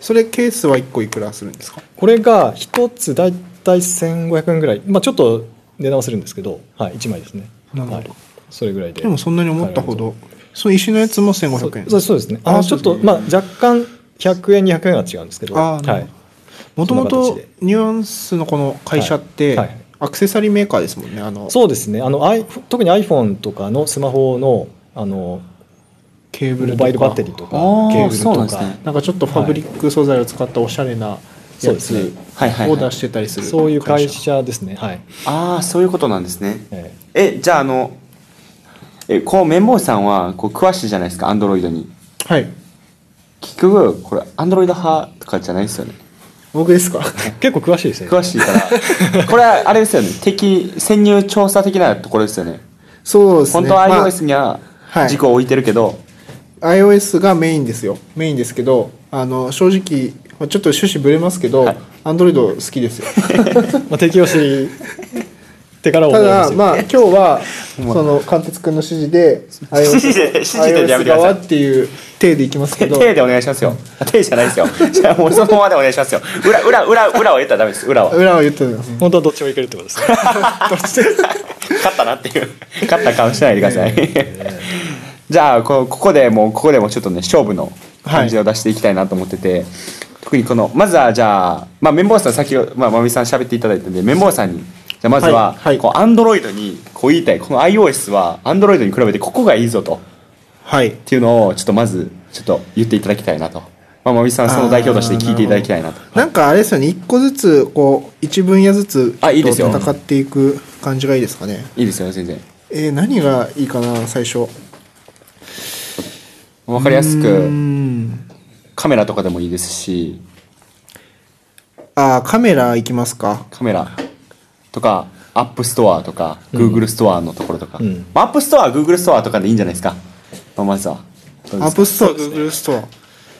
[SPEAKER 2] それケースは1個いくらするんですか
[SPEAKER 3] これが一つ大体1500円ぐらい、まあ、ちょっと値段はするんですけど、はい、1枚ですね
[SPEAKER 2] なるほど
[SPEAKER 3] はい、それぐらいで
[SPEAKER 2] でもそんなに思ったほどその石のやつも1500円
[SPEAKER 3] そうそうですねあの
[SPEAKER 2] あ
[SPEAKER 3] ち
[SPEAKER 2] そう
[SPEAKER 3] ょっ
[SPEAKER 2] ですね
[SPEAKER 3] と、まあ、若干100円200円は違うんですけど
[SPEAKER 2] あーな
[SPEAKER 3] は
[SPEAKER 2] る
[SPEAKER 3] い
[SPEAKER 2] ほ、もとも
[SPEAKER 3] そん
[SPEAKER 2] と
[SPEAKER 3] な形で
[SPEAKER 2] ニュアンスのこの会社って、
[SPEAKER 3] はいはい
[SPEAKER 2] アクセサリーメーカーですもんねあの
[SPEAKER 3] そうですねあの i- 特に iPhone とかのスマホのあの
[SPEAKER 2] ケーブル
[SPEAKER 3] モ
[SPEAKER 2] とか
[SPEAKER 3] バイルバッテリーとか
[SPEAKER 1] あー
[SPEAKER 3] ケーブル
[SPEAKER 1] そうなん
[SPEAKER 3] と
[SPEAKER 1] です
[SPEAKER 3] か
[SPEAKER 1] ね
[SPEAKER 2] なんかちょっとファブリック素材を使ったおしゃれな
[SPEAKER 3] そ
[SPEAKER 2] や
[SPEAKER 3] うです
[SPEAKER 2] つ
[SPEAKER 3] ね
[SPEAKER 1] はいはいはい
[SPEAKER 2] を出してたりする
[SPEAKER 3] そういう会社ですねはい、
[SPEAKER 1] ああそういうことなんですね
[SPEAKER 3] え
[SPEAKER 1] えじゃああのえこう綿棒さんはこう詳しいじゃないですかアンドロイドに
[SPEAKER 2] はい
[SPEAKER 1] 結局これアンドロイド派とかじゃないです よね
[SPEAKER 2] 僕ですか
[SPEAKER 3] え結構詳しいですね
[SPEAKER 1] 詳しいからこれはあれですよね敵潜入調査的なところですよね
[SPEAKER 2] そうです
[SPEAKER 1] 本
[SPEAKER 2] ね
[SPEAKER 1] 当は
[SPEAKER 2] まあ
[SPEAKER 1] iOS には
[SPEAKER 2] はい
[SPEAKER 1] 軸を置いてるけど、
[SPEAKER 2] iOS がメインですよメインですけどあの正直まあちょっと趣旨ぶれますけど、
[SPEAKER 1] はい
[SPEAKER 2] Android 好きですよ
[SPEAKER 3] まあ、提供してから思
[SPEAKER 2] た
[SPEAKER 3] います
[SPEAKER 2] だ
[SPEAKER 3] よ
[SPEAKER 2] まあ今日はその貫徹君の指示で
[SPEAKER 1] 指示で指
[SPEAKER 2] iOS
[SPEAKER 1] 示でやめ
[SPEAKER 2] iOS
[SPEAKER 1] てください
[SPEAKER 2] 側っていう体でいきますけ
[SPEAKER 1] 手
[SPEAKER 2] ど
[SPEAKER 1] 手でお願いしますよあ手じゃない ですよじゃあもうそのままでお願いしますよ裏裏裏裏を言ったらダメです裏は
[SPEAKER 2] 裏は言ってます
[SPEAKER 3] 本当はどっちもいけるってことですね
[SPEAKER 1] 勝ったなっていう勝った顔しないでくださいじゃあこここでもうここでもちょっとね勝負の感じを出していきたいなと思ってて、特にこのまずはじゃあ、まあ、綿棒さん先ほど、まあ、まみさん喋っていただいたんで綿棒さんにじゃあまずは、
[SPEAKER 2] はいはい
[SPEAKER 1] こうアンドロイドにこう言いたいこの iOS はアンドロイドに比べてここがいいぞとっ
[SPEAKER 2] はい
[SPEAKER 1] ていうのをちょっとまずちょっと言っていただきたいなと、まあ、まみさんその代表として聞いていただきたいなと
[SPEAKER 2] なんかあれですよね一個ずつこう一分野ずつ
[SPEAKER 1] あいいですよ
[SPEAKER 2] 戦っていく感じがいいですかね
[SPEAKER 1] いいですよ全然
[SPEAKER 2] えー何がいいかな最初
[SPEAKER 1] わかりやす
[SPEAKER 2] うー
[SPEAKER 1] く
[SPEAKER 2] ん
[SPEAKER 1] カメラとかでもいいですし
[SPEAKER 2] あーカメラいきますか
[SPEAKER 1] カメラとかアップストアとか Google ストアのところとか、
[SPEAKER 3] うん
[SPEAKER 1] まあ、アップストアは Google ストアとかでいいんじゃないですか、まあ、まずはどうで
[SPEAKER 2] ア
[SPEAKER 1] す
[SPEAKER 2] ップストア Google スト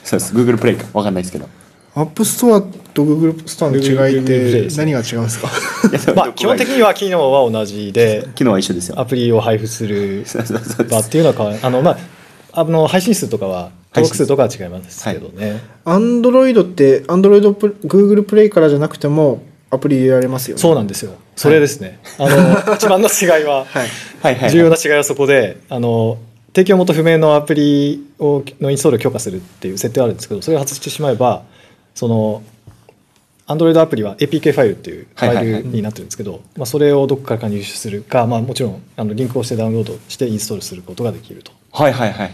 [SPEAKER 1] そうです Google プレイかわかんないですけど
[SPEAKER 2] アアップストアと Google ストアの違いっ
[SPEAKER 3] Google Play
[SPEAKER 2] て
[SPEAKER 3] です
[SPEAKER 2] 何
[SPEAKER 3] ね
[SPEAKER 2] が違うんですか
[SPEAKER 3] まあ、基本的には機能は同じで
[SPEAKER 1] 機能は一緒ですよ
[SPEAKER 3] アプリを配布する
[SPEAKER 1] そうそうそう
[SPEAKER 3] 場っていうのは変わらあの、まあ、あの配信数とかは登録数とかは違いますけどね、
[SPEAKER 2] Android って Android プ Google プレイからじゃなくてもアプリ入れられますよね
[SPEAKER 3] そうなんですよそれですね、あ の一番の違い
[SPEAKER 2] は
[SPEAKER 3] は、
[SPEAKER 2] い
[SPEAKER 1] はいはい、はい、
[SPEAKER 3] 重要な違いはそこであの提供元不明のアプリをのインストールを許可するっていう設定はあるんですけどそれを外してしまえばその Android アプリは APK ファイルっていうフ
[SPEAKER 1] はいは
[SPEAKER 3] ァ
[SPEAKER 1] いはい
[SPEAKER 3] イルになってるんですけど、まあ、それをどこからか入手するか、まあ、もちろんあのリンクをしてダウンロードしてインストールすることができると
[SPEAKER 1] はいはいはい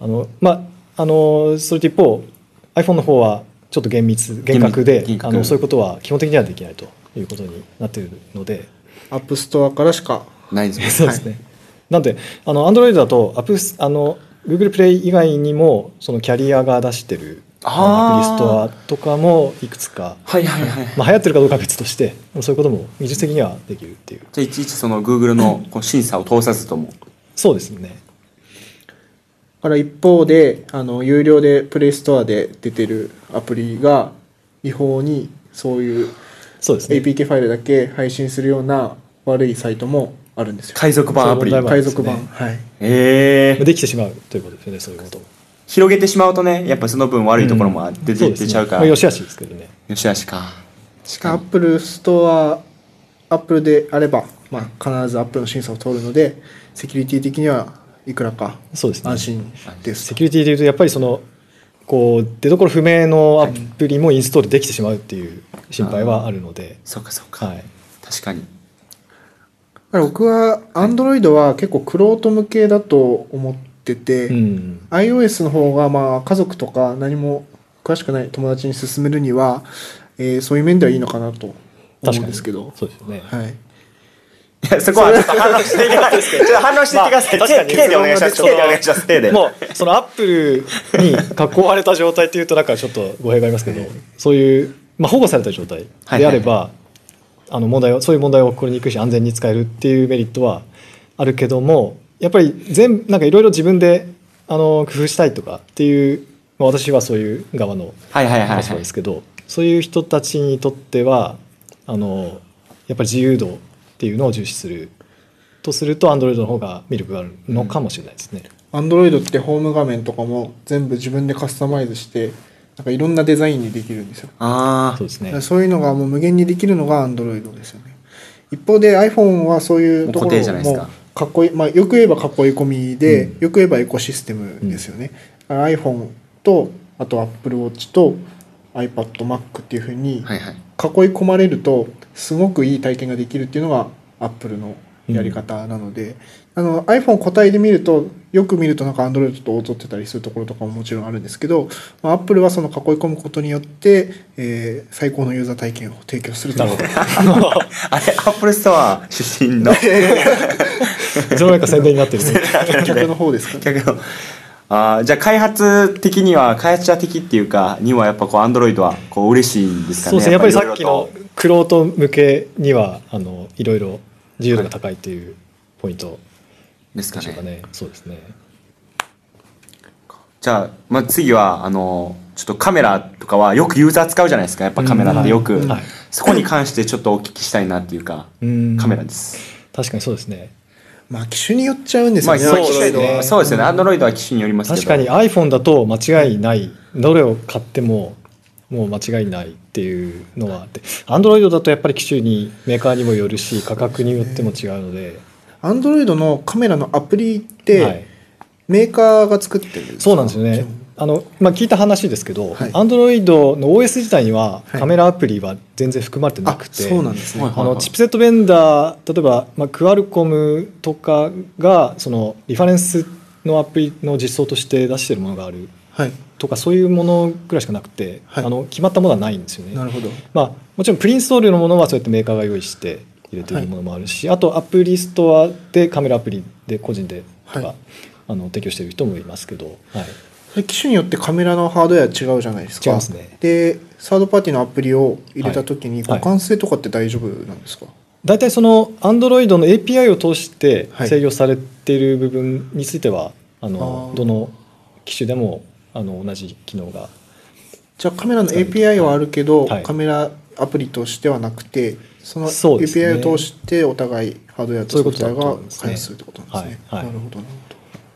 [SPEAKER 3] あのまああのそれと一方 iPhone の方はちょっと厳密厳格で
[SPEAKER 1] 厳格
[SPEAKER 3] あのそういうことは基本的にはできないということになっているので、
[SPEAKER 2] アップストアからしか
[SPEAKER 1] ないです
[SPEAKER 3] そうですね、なんであの Android だとアップスあの Google プレイ以外にもそのキャリアが出してるアプリ
[SPEAKER 1] あー
[SPEAKER 3] ストアとかもいくつか、
[SPEAKER 1] はいはいはい
[SPEAKER 3] まあ、流行ってるかどうかは別としてそういうことも技術的にはできるっていう
[SPEAKER 1] じゃあいちいちその Google のこう審査を通さずとも
[SPEAKER 3] そうですね
[SPEAKER 2] だから一方であの有料でプレイストアで出てるアプリが違法にそういう
[SPEAKER 3] そうですね
[SPEAKER 2] APK ファイルだけ配信するような悪いサイトもあるんですよ
[SPEAKER 1] 海賊版アプリ
[SPEAKER 3] そう問題は
[SPEAKER 2] 海賊版、
[SPEAKER 3] そうで
[SPEAKER 2] はい
[SPEAKER 1] ええ
[SPEAKER 3] できてしまうということですよねそういうことも
[SPEAKER 1] 広げてしまうとねやっぱその分悪いところもあって
[SPEAKER 3] そう
[SPEAKER 1] 出
[SPEAKER 3] で
[SPEAKER 1] て
[SPEAKER 3] す
[SPEAKER 1] 出
[SPEAKER 3] ね
[SPEAKER 1] ちゃうか
[SPEAKER 3] ま
[SPEAKER 1] ら
[SPEAKER 3] あ、
[SPEAKER 1] よ
[SPEAKER 3] よ
[SPEAKER 1] し
[SPEAKER 3] しあしですけどね
[SPEAKER 1] あしかし
[SPEAKER 2] ア
[SPEAKER 1] か
[SPEAKER 2] ップルストアアップルであれば、まあ、必ずアップルの審査を通るのでセキュリティ的にはいくらか
[SPEAKER 3] そうですね
[SPEAKER 2] 安心です
[SPEAKER 3] セキュリティでいうとやっぱりそのこう出所不明のアプリもインストールできてしまうっていう心配はあるので、
[SPEAKER 1] そうかそうか、
[SPEAKER 3] はい、
[SPEAKER 1] 確かに
[SPEAKER 2] だから僕は Android は結構クロート向けだと思ってて、
[SPEAKER 3] うん、
[SPEAKER 2] iOS の方がまあ家族とか何も詳しくない友達に勧めるには、えーそういう面ではいいのかなと思
[SPEAKER 3] 確
[SPEAKER 2] う
[SPEAKER 3] か
[SPEAKER 2] ん
[SPEAKER 3] に
[SPEAKER 2] ですけど、
[SPEAKER 3] そうですよね、
[SPEAKER 2] はい、
[SPEAKER 1] いやそこはちょっと反応していけないです けどちょっと反応していってください、
[SPEAKER 3] まあ
[SPEAKER 1] 手手でお願いします
[SPEAKER 3] そ
[SPEAKER 1] 手
[SPEAKER 3] の
[SPEAKER 1] でお願いします手で
[SPEAKER 3] もうそのアップルに囲われた状態っていうとなんかちょっと語弊がありますけどそういう、まあ、保護された状態であれば、あの問題をそういう問題を起こりにくいし安全に使えるっていうメリットはあるけどもやっぱり全なんかいろいろ自分であの工夫したいとかっていう、まあ、私はそういう側の
[SPEAKER 1] はいはいはいはい
[SPEAKER 3] 立場ですけど、そういう人たちにとってはあのやっぱり自由度っていうのを重視するとすると Android の方が魅力があるのかもしれないですね。
[SPEAKER 2] Android ってホーム画面とかも全部自分でカスタマイズしてなんかいろんなデザインにできるんですよ、
[SPEAKER 1] あ
[SPEAKER 3] そうです
[SPEAKER 2] だ
[SPEAKER 3] ね
[SPEAKER 2] から。そういうのがもう無限にできるのが Android ですよね一方で iPhone はそういうとこ
[SPEAKER 1] もう固定
[SPEAKER 2] ろ
[SPEAKER 1] じゃないです
[SPEAKER 2] も
[SPEAKER 1] か
[SPEAKER 2] かっこいい、まあ、よく言えば囲い込みで、
[SPEAKER 3] うん
[SPEAKER 2] よく言えばエコシステムですよね、だから iPhone とあと AppleWatch と iPadMac っていうふうに
[SPEAKER 1] あはいはい
[SPEAKER 2] 囲い込まれるとすごくいい体験ができるっていうのがアップルのやり方なので、あの iPhone 個体で見るとよく見るとなんか Android と劣ってたりするところとかももちろんあるんですけど、まあ、Apple はその囲い込むことによって、えー最高のユーザー体験を提供すると
[SPEAKER 3] な
[SPEAKER 2] いう
[SPEAKER 3] るほど。
[SPEAKER 1] あれアップルストア出身 の
[SPEAKER 3] いつの間にか宣伝になってる、ね。
[SPEAKER 2] 客の方ですかね
[SPEAKER 1] 客のあーじゃあ開発的には開発者的っていうかにはやっぱこうアンドロイドはこう嬉しいんですかね
[SPEAKER 3] そうですね。やっぱりさっ
[SPEAKER 1] いろ
[SPEAKER 3] き
[SPEAKER 1] いろ
[SPEAKER 3] の
[SPEAKER 1] と
[SPEAKER 3] クロート向けにはあのいろいろ自由度が高いというポイント
[SPEAKER 1] ですか
[SPEAKER 3] でしょうか
[SPEAKER 1] ね
[SPEAKER 3] ね。そうですね。
[SPEAKER 1] じゃあ、まあ、次はあのちょっとカメラとかはよくユーザー使うじゃないですかやっぱカメラってよく、
[SPEAKER 3] うんはい
[SPEAKER 1] そこに関してちょっとお聞きしたいなっていうか、
[SPEAKER 3] うん
[SPEAKER 1] カメラです、
[SPEAKER 3] 確かにそうですね。
[SPEAKER 2] まあ機種によっちゃうんです
[SPEAKER 1] ま
[SPEAKER 2] よ
[SPEAKER 1] あ
[SPEAKER 2] ね、
[SPEAKER 1] そう
[SPEAKER 3] ですね
[SPEAKER 2] Android は
[SPEAKER 1] そうですよねアンドロイドは機種によりますけど
[SPEAKER 3] 確かに iPhone だと間違いない。どれを買ってももう間違いないっていうのはあって、Android だとやっぱり機種にメーカーにもよるし価格によっても違うので、
[SPEAKER 2] Android のカメラのアプリって、
[SPEAKER 3] はい
[SPEAKER 2] メーカーが作ってる
[SPEAKER 3] そうなんですよね。あのまあ、聞いた話ですけど、
[SPEAKER 2] はい
[SPEAKER 3] Android の OS 自体には
[SPEAKER 2] はい
[SPEAKER 3] カメラアプリは全然含まれてな
[SPEAKER 2] あ
[SPEAKER 3] くて、
[SPEAKER 2] そうなんですね、
[SPEAKER 1] はい
[SPEAKER 3] あのチップセットベンダー例えば、まあ、クアルコムとかがそのリファレンスのアプリの実装として出してるものがある
[SPEAKER 2] はい
[SPEAKER 3] とかそういうものぐらいしかなくて、
[SPEAKER 2] はい
[SPEAKER 3] あの決まったものはないんですよね
[SPEAKER 2] な。るほど
[SPEAKER 3] まあ、もちろんプリインストールのものはそうやってメーカーが用意して入れているものもあるし、あとアプリストアでカメラアプリで個人でとか、
[SPEAKER 2] はい
[SPEAKER 3] あの提供している人もいますけど、はい、
[SPEAKER 2] それ機種によってカメラのハードウェア違うじゃないですか
[SPEAKER 3] 違いますね
[SPEAKER 2] でサードパーティーのアプリを入れた時に
[SPEAKER 3] はい
[SPEAKER 2] 互換性とかって大丈夫なんですか、
[SPEAKER 3] 大体その Android の API を通して
[SPEAKER 2] はい
[SPEAKER 3] 制御されている部分については、あの
[SPEAKER 2] あー
[SPEAKER 3] どの機種でもあの同じ機能が
[SPEAKER 2] じゃあカメラの API はあるけど、
[SPEAKER 3] はい
[SPEAKER 2] カメラアプリとしてはなくてその
[SPEAKER 3] そうですね
[SPEAKER 2] API を通してお互いハードウェアとソフトウェアが開発するってことなんですね。
[SPEAKER 3] そういうことだと思いますねはいは
[SPEAKER 2] な
[SPEAKER 3] い
[SPEAKER 2] るほどなる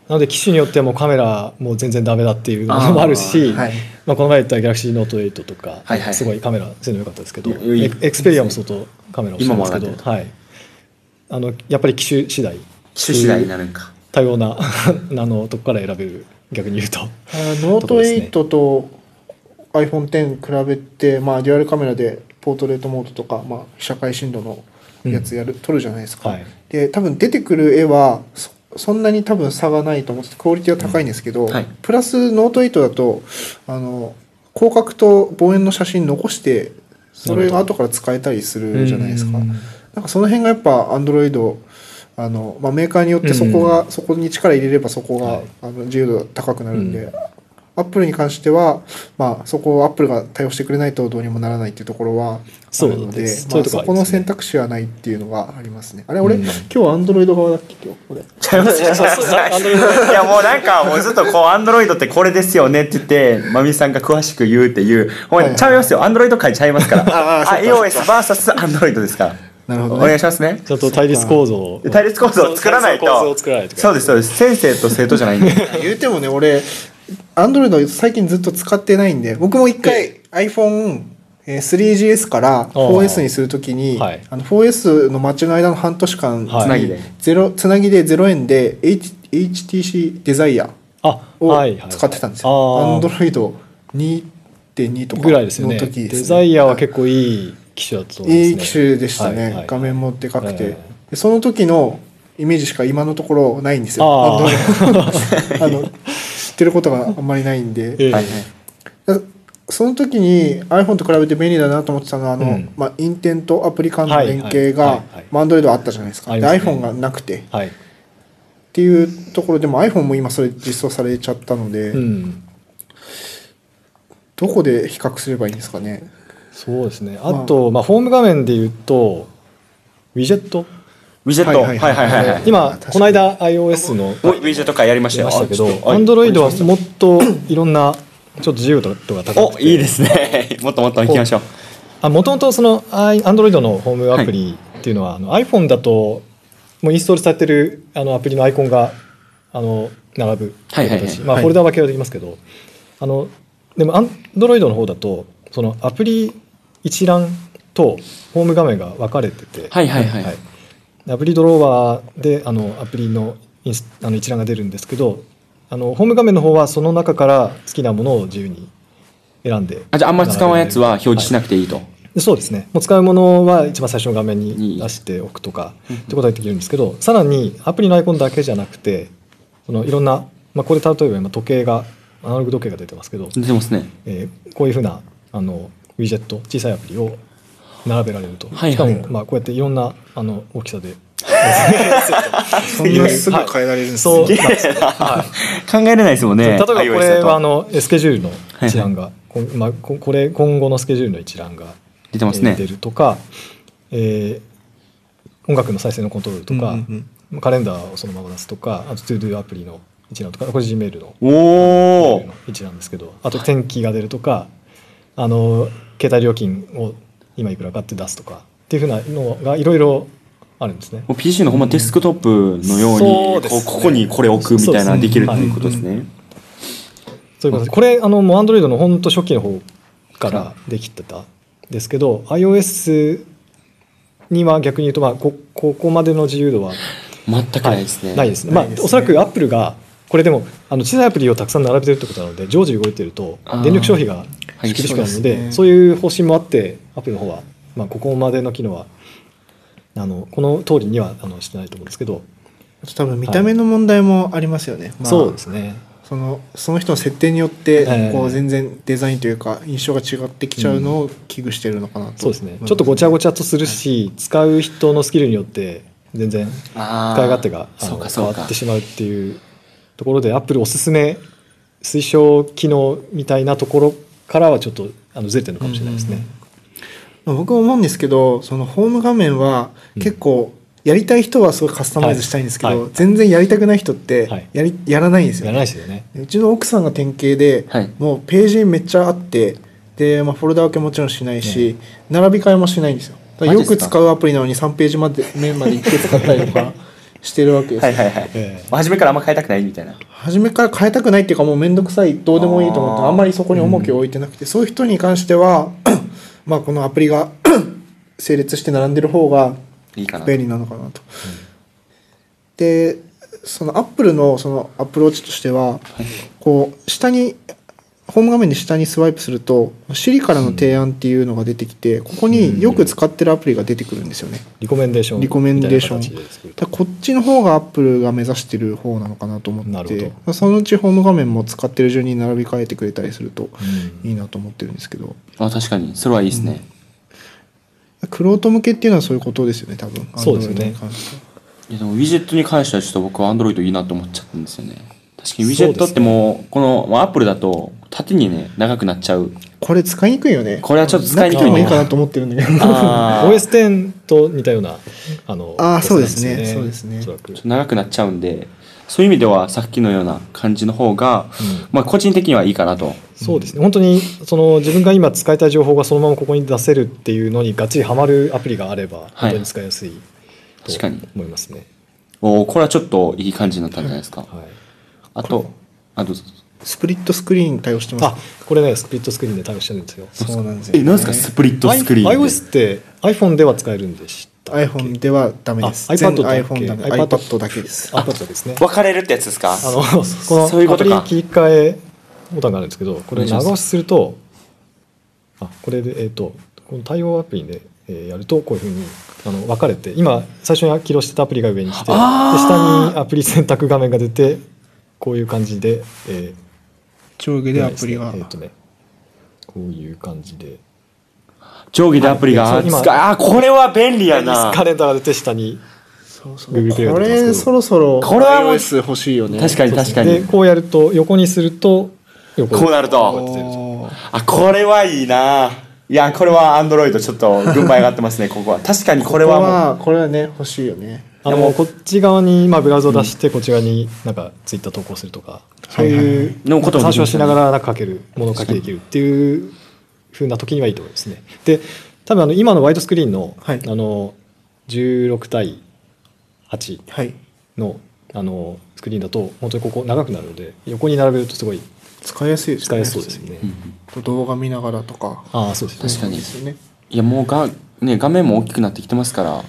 [SPEAKER 3] なので機種によってはもうカメラもう全然ダメだっていうものもあるし
[SPEAKER 2] ほど。はい
[SPEAKER 3] まあ、この前言った Galaxy Note 8とか、
[SPEAKER 1] はいはい
[SPEAKER 3] すごいカメラ性能良かったですけど、
[SPEAKER 1] いやいい
[SPEAKER 3] エクエクスペリアも相当カメラをしてますけ
[SPEAKER 1] 今も上がってる
[SPEAKER 3] ど、
[SPEAKER 1] と
[SPEAKER 3] はい、あのやっぱり機種次第
[SPEAKER 1] 機種次第になるん か
[SPEAKER 3] 多様な あのとこから選べる逆に言うと
[SPEAKER 2] ほど。ノート8と iPhone10 比べて、まあ、デュアルカメラでポートレートモードとか、まあ、被写界深度のやつやる、撮るじゃないですか。
[SPEAKER 3] はい
[SPEAKER 2] で多分出てくる絵はそそんなに多分差がないと思っててクオリティは高いんですけど、
[SPEAKER 1] うんはい
[SPEAKER 2] プラスノート8だとあの広角と望遠の写真残してそれが後から使えたりするじゃないですか。
[SPEAKER 3] うん
[SPEAKER 2] なんかその辺がやっぱアンドロイドあの、まあ、メーカーによってそこが、そこに力入れればそこが、
[SPEAKER 3] はい
[SPEAKER 2] あの自由度が高くなるんで、
[SPEAKER 3] うん
[SPEAKER 2] アップルに関しては、まあ、そこをアップルが対応してくれないとどうにもならないっていうところはある
[SPEAKER 3] そう
[SPEAKER 2] ので
[SPEAKER 3] です
[SPEAKER 2] まあ、
[SPEAKER 3] そういうとこ
[SPEAKER 2] そ
[SPEAKER 3] ろあり
[SPEAKER 2] こ
[SPEAKER 3] ますね
[SPEAKER 2] の選択肢はないっていうのがありますねあれ俺、
[SPEAKER 3] うん
[SPEAKER 2] 今日アンドロイド側だっけ今日俺
[SPEAKER 1] ちゃいますちゃいますいやもうなんかもうずっとこうアンドロイドってこれですよねって言ってまみさんが詳しく言うっていうほんまにちゃいますよアンドロイド界ちゃい ますから
[SPEAKER 2] ああそっか
[SPEAKER 1] iOSVS アンドロイドですから
[SPEAKER 2] なるほど
[SPEAKER 1] お
[SPEAKER 2] ね
[SPEAKER 1] 願いしますね
[SPEAKER 3] ちょっと対立構造を
[SPEAKER 1] 対立構造を作らないと
[SPEAKER 3] 対立構造を作らないと
[SPEAKER 1] そうですそうです先生と生徒じゃないんで
[SPEAKER 2] 言うてもね俺アンドロイド最近ずっと使ってないんで僕も一回 iPhone3GS から
[SPEAKER 3] ー
[SPEAKER 2] 4S にするときに、
[SPEAKER 3] はい
[SPEAKER 2] あの 4S の街の間の半年間つ
[SPEAKER 3] は
[SPEAKER 1] つな
[SPEAKER 3] い
[SPEAKER 1] ぎで
[SPEAKER 2] ゼロつなぎで0円で H HTC デザイア
[SPEAKER 3] あ
[SPEAKER 2] を
[SPEAKER 3] はいはい
[SPEAKER 2] 使ってたんです
[SPEAKER 3] あ
[SPEAKER 2] よ。
[SPEAKER 3] ー
[SPEAKER 2] アンドロイド2.2とか
[SPEAKER 3] ぐらいですよ
[SPEAKER 2] の
[SPEAKER 3] ね
[SPEAKER 2] 時ですね。
[SPEAKER 3] デザイアは結構いい機種だと思います、ね、
[SPEAKER 2] いい機種でしたね、
[SPEAKER 3] はいはい
[SPEAKER 2] 画面もでかくて、
[SPEAKER 3] え
[SPEAKER 2] でその時のイメージしか今のところないんですよ
[SPEAKER 3] あ
[SPEAKER 2] あのあの知ってることがあんまりないんで、
[SPEAKER 3] え
[SPEAKER 1] は
[SPEAKER 3] え
[SPEAKER 1] いはい
[SPEAKER 2] だその時に iPhone と比べて便利だなと思ってたのはあの、
[SPEAKER 3] うん
[SPEAKER 2] まあ、インテンとアプリ間の
[SPEAKER 3] はい
[SPEAKER 2] 連携
[SPEAKER 3] はいは
[SPEAKER 2] が
[SPEAKER 3] いはい
[SPEAKER 2] まあ Android はあったじゃないですか、
[SPEAKER 3] あり
[SPEAKER 2] で
[SPEAKER 3] ますね
[SPEAKER 2] iPhone がなくてっ
[SPEAKER 3] はい、
[SPEAKER 2] ていうところでも iPhone も今それ実装されちゃったので、
[SPEAKER 3] うん、
[SPEAKER 2] どこで比較すればいいんですかね
[SPEAKER 3] そうですねあと、まあ、ホーム画面で言うとウィジェット
[SPEAKER 1] ウィジェットは
[SPEAKER 2] はいい
[SPEAKER 1] は
[SPEAKER 2] はいい
[SPEAKER 1] は
[SPEAKER 2] はいい
[SPEAKER 1] はい
[SPEAKER 3] 今この間 iOS の
[SPEAKER 1] おウィジェット界やりました
[SPEAKER 3] 出
[SPEAKER 1] よ
[SPEAKER 3] ましたけ
[SPEAKER 1] あちょっ
[SPEAKER 3] ど、
[SPEAKER 1] と
[SPEAKER 3] アンドロイドは
[SPEAKER 1] お
[SPEAKER 3] もっといろんな、ちょっと自由度が高く
[SPEAKER 1] お
[SPEAKER 3] て。
[SPEAKER 1] いいですね もっともっと行きましょう
[SPEAKER 3] あ、もともとその、アンドロイドのホームアプリっていうのは、あの iPhone だと、もうインストールされてるあのアプリのアイコンが、あの、並ぶっていう
[SPEAKER 1] はいはい
[SPEAKER 3] 形。
[SPEAKER 1] はい
[SPEAKER 3] まあ、
[SPEAKER 2] はい
[SPEAKER 3] フォルダ分けはできますけど、あの、でもアンドロイドの方だと、そのアプリ一覧とホーム画面が分かれてて、
[SPEAKER 1] はいはいはい
[SPEAKER 3] アプリドローバーであのアプリのインスあの一覧が出るんですけどあのホーム画面の方はその中から好きなものを自由に選んで
[SPEAKER 1] あじゃああんま使わんやつは表示しなくていいと
[SPEAKER 3] でそうですねもう使うものは一番最初の画面に出しておくとかってことができるんですけどさらにアプリのアイコンだけじゃなくてそのいろんな、まあ、これ例えば今時計がアナログ時計が出てますけど、
[SPEAKER 1] 出てますね
[SPEAKER 3] えーこういうふうなあのウィジェット小さいアプリを並べられると、
[SPEAKER 1] はいはい
[SPEAKER 3] しかも、まあ、こうやっていろんなあの大きさで
[SPEAKER 2] そんなすぐ変えられるんですね、
[SPEAKER 3] そ う、
[SPEAKER 1] 考えれないですもんね
[SPEAKER 3] 例えばこれ
[SPEAKER 1] iOS
[SPEAKER 3] はあ
[SPEAKER 1] だと
[SPEAKER 3] のスケジュールの一覧が、こんまあ、ここれ今後のスケジュールの一覧が
[SPEAKER 1] 出てます
[SPEAKER 3] え
[SPEAKER 1] ね
[SPEAKER 3] ー出るとか、えー音楽の再生のコントロールとか、
[SPEAKER 2] うん
[SPEAKER 3] カレンダーをそのまま出すとかあと ToDo アプリの一覧とかこれ Gmail の
[SPEAKER 1] おお
[SPEAKER 3] 一覧ですけどあと天気が出るとかあの携帯料金を今いくらかって出すとかっていうふうなのがいろいろあるんですね。
[SPEAKER 1] もう PC のほんまデスクトップのよう
[SPEAKER 3] そう
[SPEAKER 1] に
[SPEAKER 3] で
[SPEAKER 1] こう
[SPEAKER 3] すね
[SPEAKER 1] ここにこれ置くみたいな
[SPEAKER 3] そうですね
[SPEAKER 1] できるっていうことですね
[SPEAKER 3] そういうことですこれあのもう Android の本当初期の方からできてたんですけど iOS には逆に言うと、まあ、こここまでの自由度は
[SPEAKER 1] 全くないですね
[SPEAKER 3] ないですね。
[SPEAKER 2] な
[SPEAKER 3] まあ
[SPEAKER 2] いですね
[SPEAKER 3] おそらく Apple がこれでもあの小さいアプリをたくさん並べてるってことなので常時動いてると
[SPEAKER 1] あー
[SPEAKER 3] 電力消費が
[SPEAKER 1] はい
[SPEAKER 3] 厳しくなる
[SPEAKER 2] そ
[SPEAKER 3] の
[SPEAKER 2] う
[SPEAKER 3] で,、
[SPEAKER 2] ですね
[SPEAKER 3] そういう方針もあってアプリの方は、まあ、ここまでの機能はあのこの通りにはあのしてないと思うんですけど、
[SPEAKER 2] あと多分見た目の問題もありますよね、まあ
[SPEAKER 3] そうですね
[SPEAKER 2] そのその人の設定によって
[SPEAKER 3] ええ
[SPEAKER 2] こう全然デザインというか印象が違ってきちゃうのを危惧してるのかなと、
[SPEAKER 3] そうですねちょっとごちゃごちゃとするし、使う人のスキルによって全然
[SPEAKER 1] あー
[SPEAKER 3] 使い勝手があ
[SPEAKER 1] そう
[SPEAKER 3] の
[SPEAKER 1] か
[SPEAKER 3] 変
[SPEAKER 1] そ
[SPEAKER 3] わ
[SPEAKER 1] うか
[SPEAKER 3] ってしまうっていうところでアップルおすすめ推奨機能みたいなところからはちょっとあのずれてるのかもしれないですね。
[SPEAKER 2] まあ僕思うんですけどそのホーム画面は
[SPEAKER 3] うん
[SPEAKER 2] 結構やりたい人はすごいカスタマイズしたいんですけど、
[SPEAKER 3] はいはい
[SPEAKER 2] 全然やりたくない人って
[SPEAKER 3] はい
[SPEAKER 2] やり、やらないんです
[SPEAKER 3] や
[SPEAKER 2] よ
[SPEAKER 3] らないですよね。
[SPEAKER 2] うちの奥さんが典型で、
[SPEAKER 1] はい
[SPEAKER 2] もうページめっちゃあってで、まあ、フォルダ分けもちろんしないし、並び替えもしないんですよだから
[SPEAKER 1] マ
[SPEAKER 2] よ
[SPEAKER 1] ジっ
[SPEAKER 2] く
[SPEAKER 1] すか
[SPEAKER 2] 使うアプリなのに3ページまで目まで行って使ったりとか してるわけです
[SPEAKER 1] は
[SPEAKER 2] よ
[SPEAKER 1] いはいはい、
[SPEAKER 3] ええ
[SPEAKER 1] まあ初めからあんま変えたくないみたいな
[SPEAKER 2] 初めから変えたくないっていうかもう面倒くさいどうでもいいと思って
[SPEAKER 1] あー
[SPEAKER 2] あんまりそこに重きを置いてなくて、そういう人に関しては まあこのアプリが 整列して並んでる方が
[SPEAKER 1] いいかな
[SPEAKER 2] 便利なのかなと。でそのアップルのそのアプローチとしては、こう下にホーム画面で下にスワイプすると Siri からの提案っていうのが出てきてここによく使ってるアプリが出てくるんですよね。
[SPEAKER 3] リコメンデーション
[SPEAKER 2] リコメンデーション
[SPEAKER 3] みたいな形で作ると
[SPEAKER 2] だからこっちの方がアップルが目指してる方なのかなと思
[SPEAKER 3] な
[SPEAKER 2] っ
[SPEAKER 3] る
[SPEAKER 2] て
[SPEAKER 3] ほ、
[SPEAKER 2] まあそのうちホーム画面も使ってる順に並び替えてくれたりすると
[SPEAKER 3] うん
[SPEAKER 2] いいなと思ってるんですけど、
[SPEAKER 1] あ確かにそれはいいですね、
[SPEAKER 2] クロート向けっていうのはそういうことですよね、多分。
[SPEAKER 3] そうですよね
[SPEAKER 2] Android に関してはい
[SPEAKER 1] やでもウィジェットに関してはちょっと僕は Android いいなと思っちゃったんですよね確かにウィジェットってもうこのまあ Apple だと縦にね長くなっちゃう
[SPEAKER 2] これ使いにくいよね。
[SPEAKER 1] これはちょっと使いに
[SPEAKER 2] な
[SPEAKER 1] く
[SPEAKER 2] く
[SPEAKER 1] いね
[SPEAKER 2] てもいいかなと思ってるんだけど。
[SPEAKER 1] あ ー
[SPEAKER 3] OS10 と似たようなあの
[SPEAKER 2] あー
[SPEAKER 3] 構成なんよ
[SPEAKER 2] そうですね
[SPEAKER 3] おそ
[SPEAKER 2] そう
[SPEAKER 3] らく
[SPEAKER 1] ちょっと長くなっちゃうんでそういう意味ではさっきのような感じの方が、
[SPEAKER 3] うん
[SPEAKER 1] まあ個人的にはいいかなと
[SPEAKER 3] そうですね本当にその自分が今使いたい情報がそのままここに出せるっていうのにガチリハマるアプリがあれば本当に使いやすいと
[SPEAKER 1] 確かに
[SPEAKER 3] 思いますね。
[SPEAKER 1] おーこれはちょっといい感じになったんじゃないですか、
[SPEAKER 3] はい
[SPEAKER 1] あとあと
[SPEAKER 2] スプリットスクリーン対応してま
[SPEAKER 3] あ
[SPEAKER 2] す。
[SPEAKER 3] これねスプリットスクリーンで対応してるんですよ。
[SPEAKER 2] そうなんですよ、
[SPEAKER 1] えなんですかスプリットスクリーン
[SPEAKER 3] I- iOS って iPhone では使えるんでしたっけ
[SPEAKER 2] iPhone ではダメです。
[SPEAKER 3] あ iPad
[SPEAKER 2] 全
[SPEAKER 3] だっけ
[SPEAKER 2] iPhone ダメ。
[SPEAKER 3] iPad
[SPEAKER 2] iPad だけです。
[SPEAKER 3] iPad ですね。
[SPEAKER 1] 分かれるってやつですか
[SPEAKER 3] あ のこ
[SPEAKER 1] そういう
[SPEAKER 3] のア
[SPEAKER 1] こと
[SPEAKER 3] プリ
[SPEAKER 1] か
[SPEAKER 3] 切り替えボタンがあるんですけどこれ
[SPEAKER 1] お願いしま
[SPEAKER 3] 長
[SPEAKER 1] す
[SPEAKER 3] 押しするとあこれでえっ、とこの対応アプリで、えーやるとこういうふうにあの分かれて今最初に起動してたアプリが上に来てで
[SPEAKER 1] あー
[SPEAKER 3] 下にアプリ選択画面が出てこういう感じで、え
[SPEAKER 2] 上下
[SPEAKER 3] ー
[SPEAKER 2] でアプリが
[SPEAKER 3] えっ、。とねこういう感じで
[SPEAKER 1] 上下でアプリが、
[SPEAKER 3] は
[SPEAKER 1] あ
[SPEAKER 3] いそう今
[SPEAKER 1] あーこれは便利やな
[SPEAKER 3] カレンダーが出て下に
[SPEAKER 2] そうそう
[SPEAKER 3] Google
[SPEAKER 2] こ
[SPEAKER 3] Play が出てますけど
[SPEAKER 2] れそろそろ
[SPEAKER 1] これはもう
[SPEAKER 2] iOS 欲しいよね。
[SPEAKER 1] 確かに確か
[SPEAKER 3] で
[SPEAKER 1] に
[SPEAKER 3] こうやると横にすると横
[SPEAKER 1] こうなると
[SPEAKER 3] こうやって出る
[SPEAKER 2] おー
[SPEAKER 1] あこれはいいないやこれはアンドロイドちょっと軍配上がってます ねここは確かにこれはもう
[SPEAKER 2] ここれはね欲しいよね
[SPEAKER 3] あのこっち側にまあブラウザを出してこっち側になんかツイッター投稿するとかそういう
[SPEAKER 1] のことも
[SPEAKER 3] 参照しながらなんか書けるものを書きできるっていうふうな時にはいいと思いますね。で多分あの今のワイドスクリーンの,、
[SPEAKER 2] はい
[SPEAKER 3] あの16対8
[SPEAKER 2] はい
[SPEAKER 3] のあのスクリーンだと本当にここ長くなるので横に並べるとすごい
[SPEAKER 2] 使いやすいですね
[SPEAKER 3] 使いやすそうですよね。
[SPEAKER 2] 普通に動画見ながらとか
[SPEAKER 3] ああそうですね
[SPEAKER 1] 確かに
[SPEAKER 2] ですよね
[SPEAKER 1] いやもうが、ね、画面も大きくなってきてますから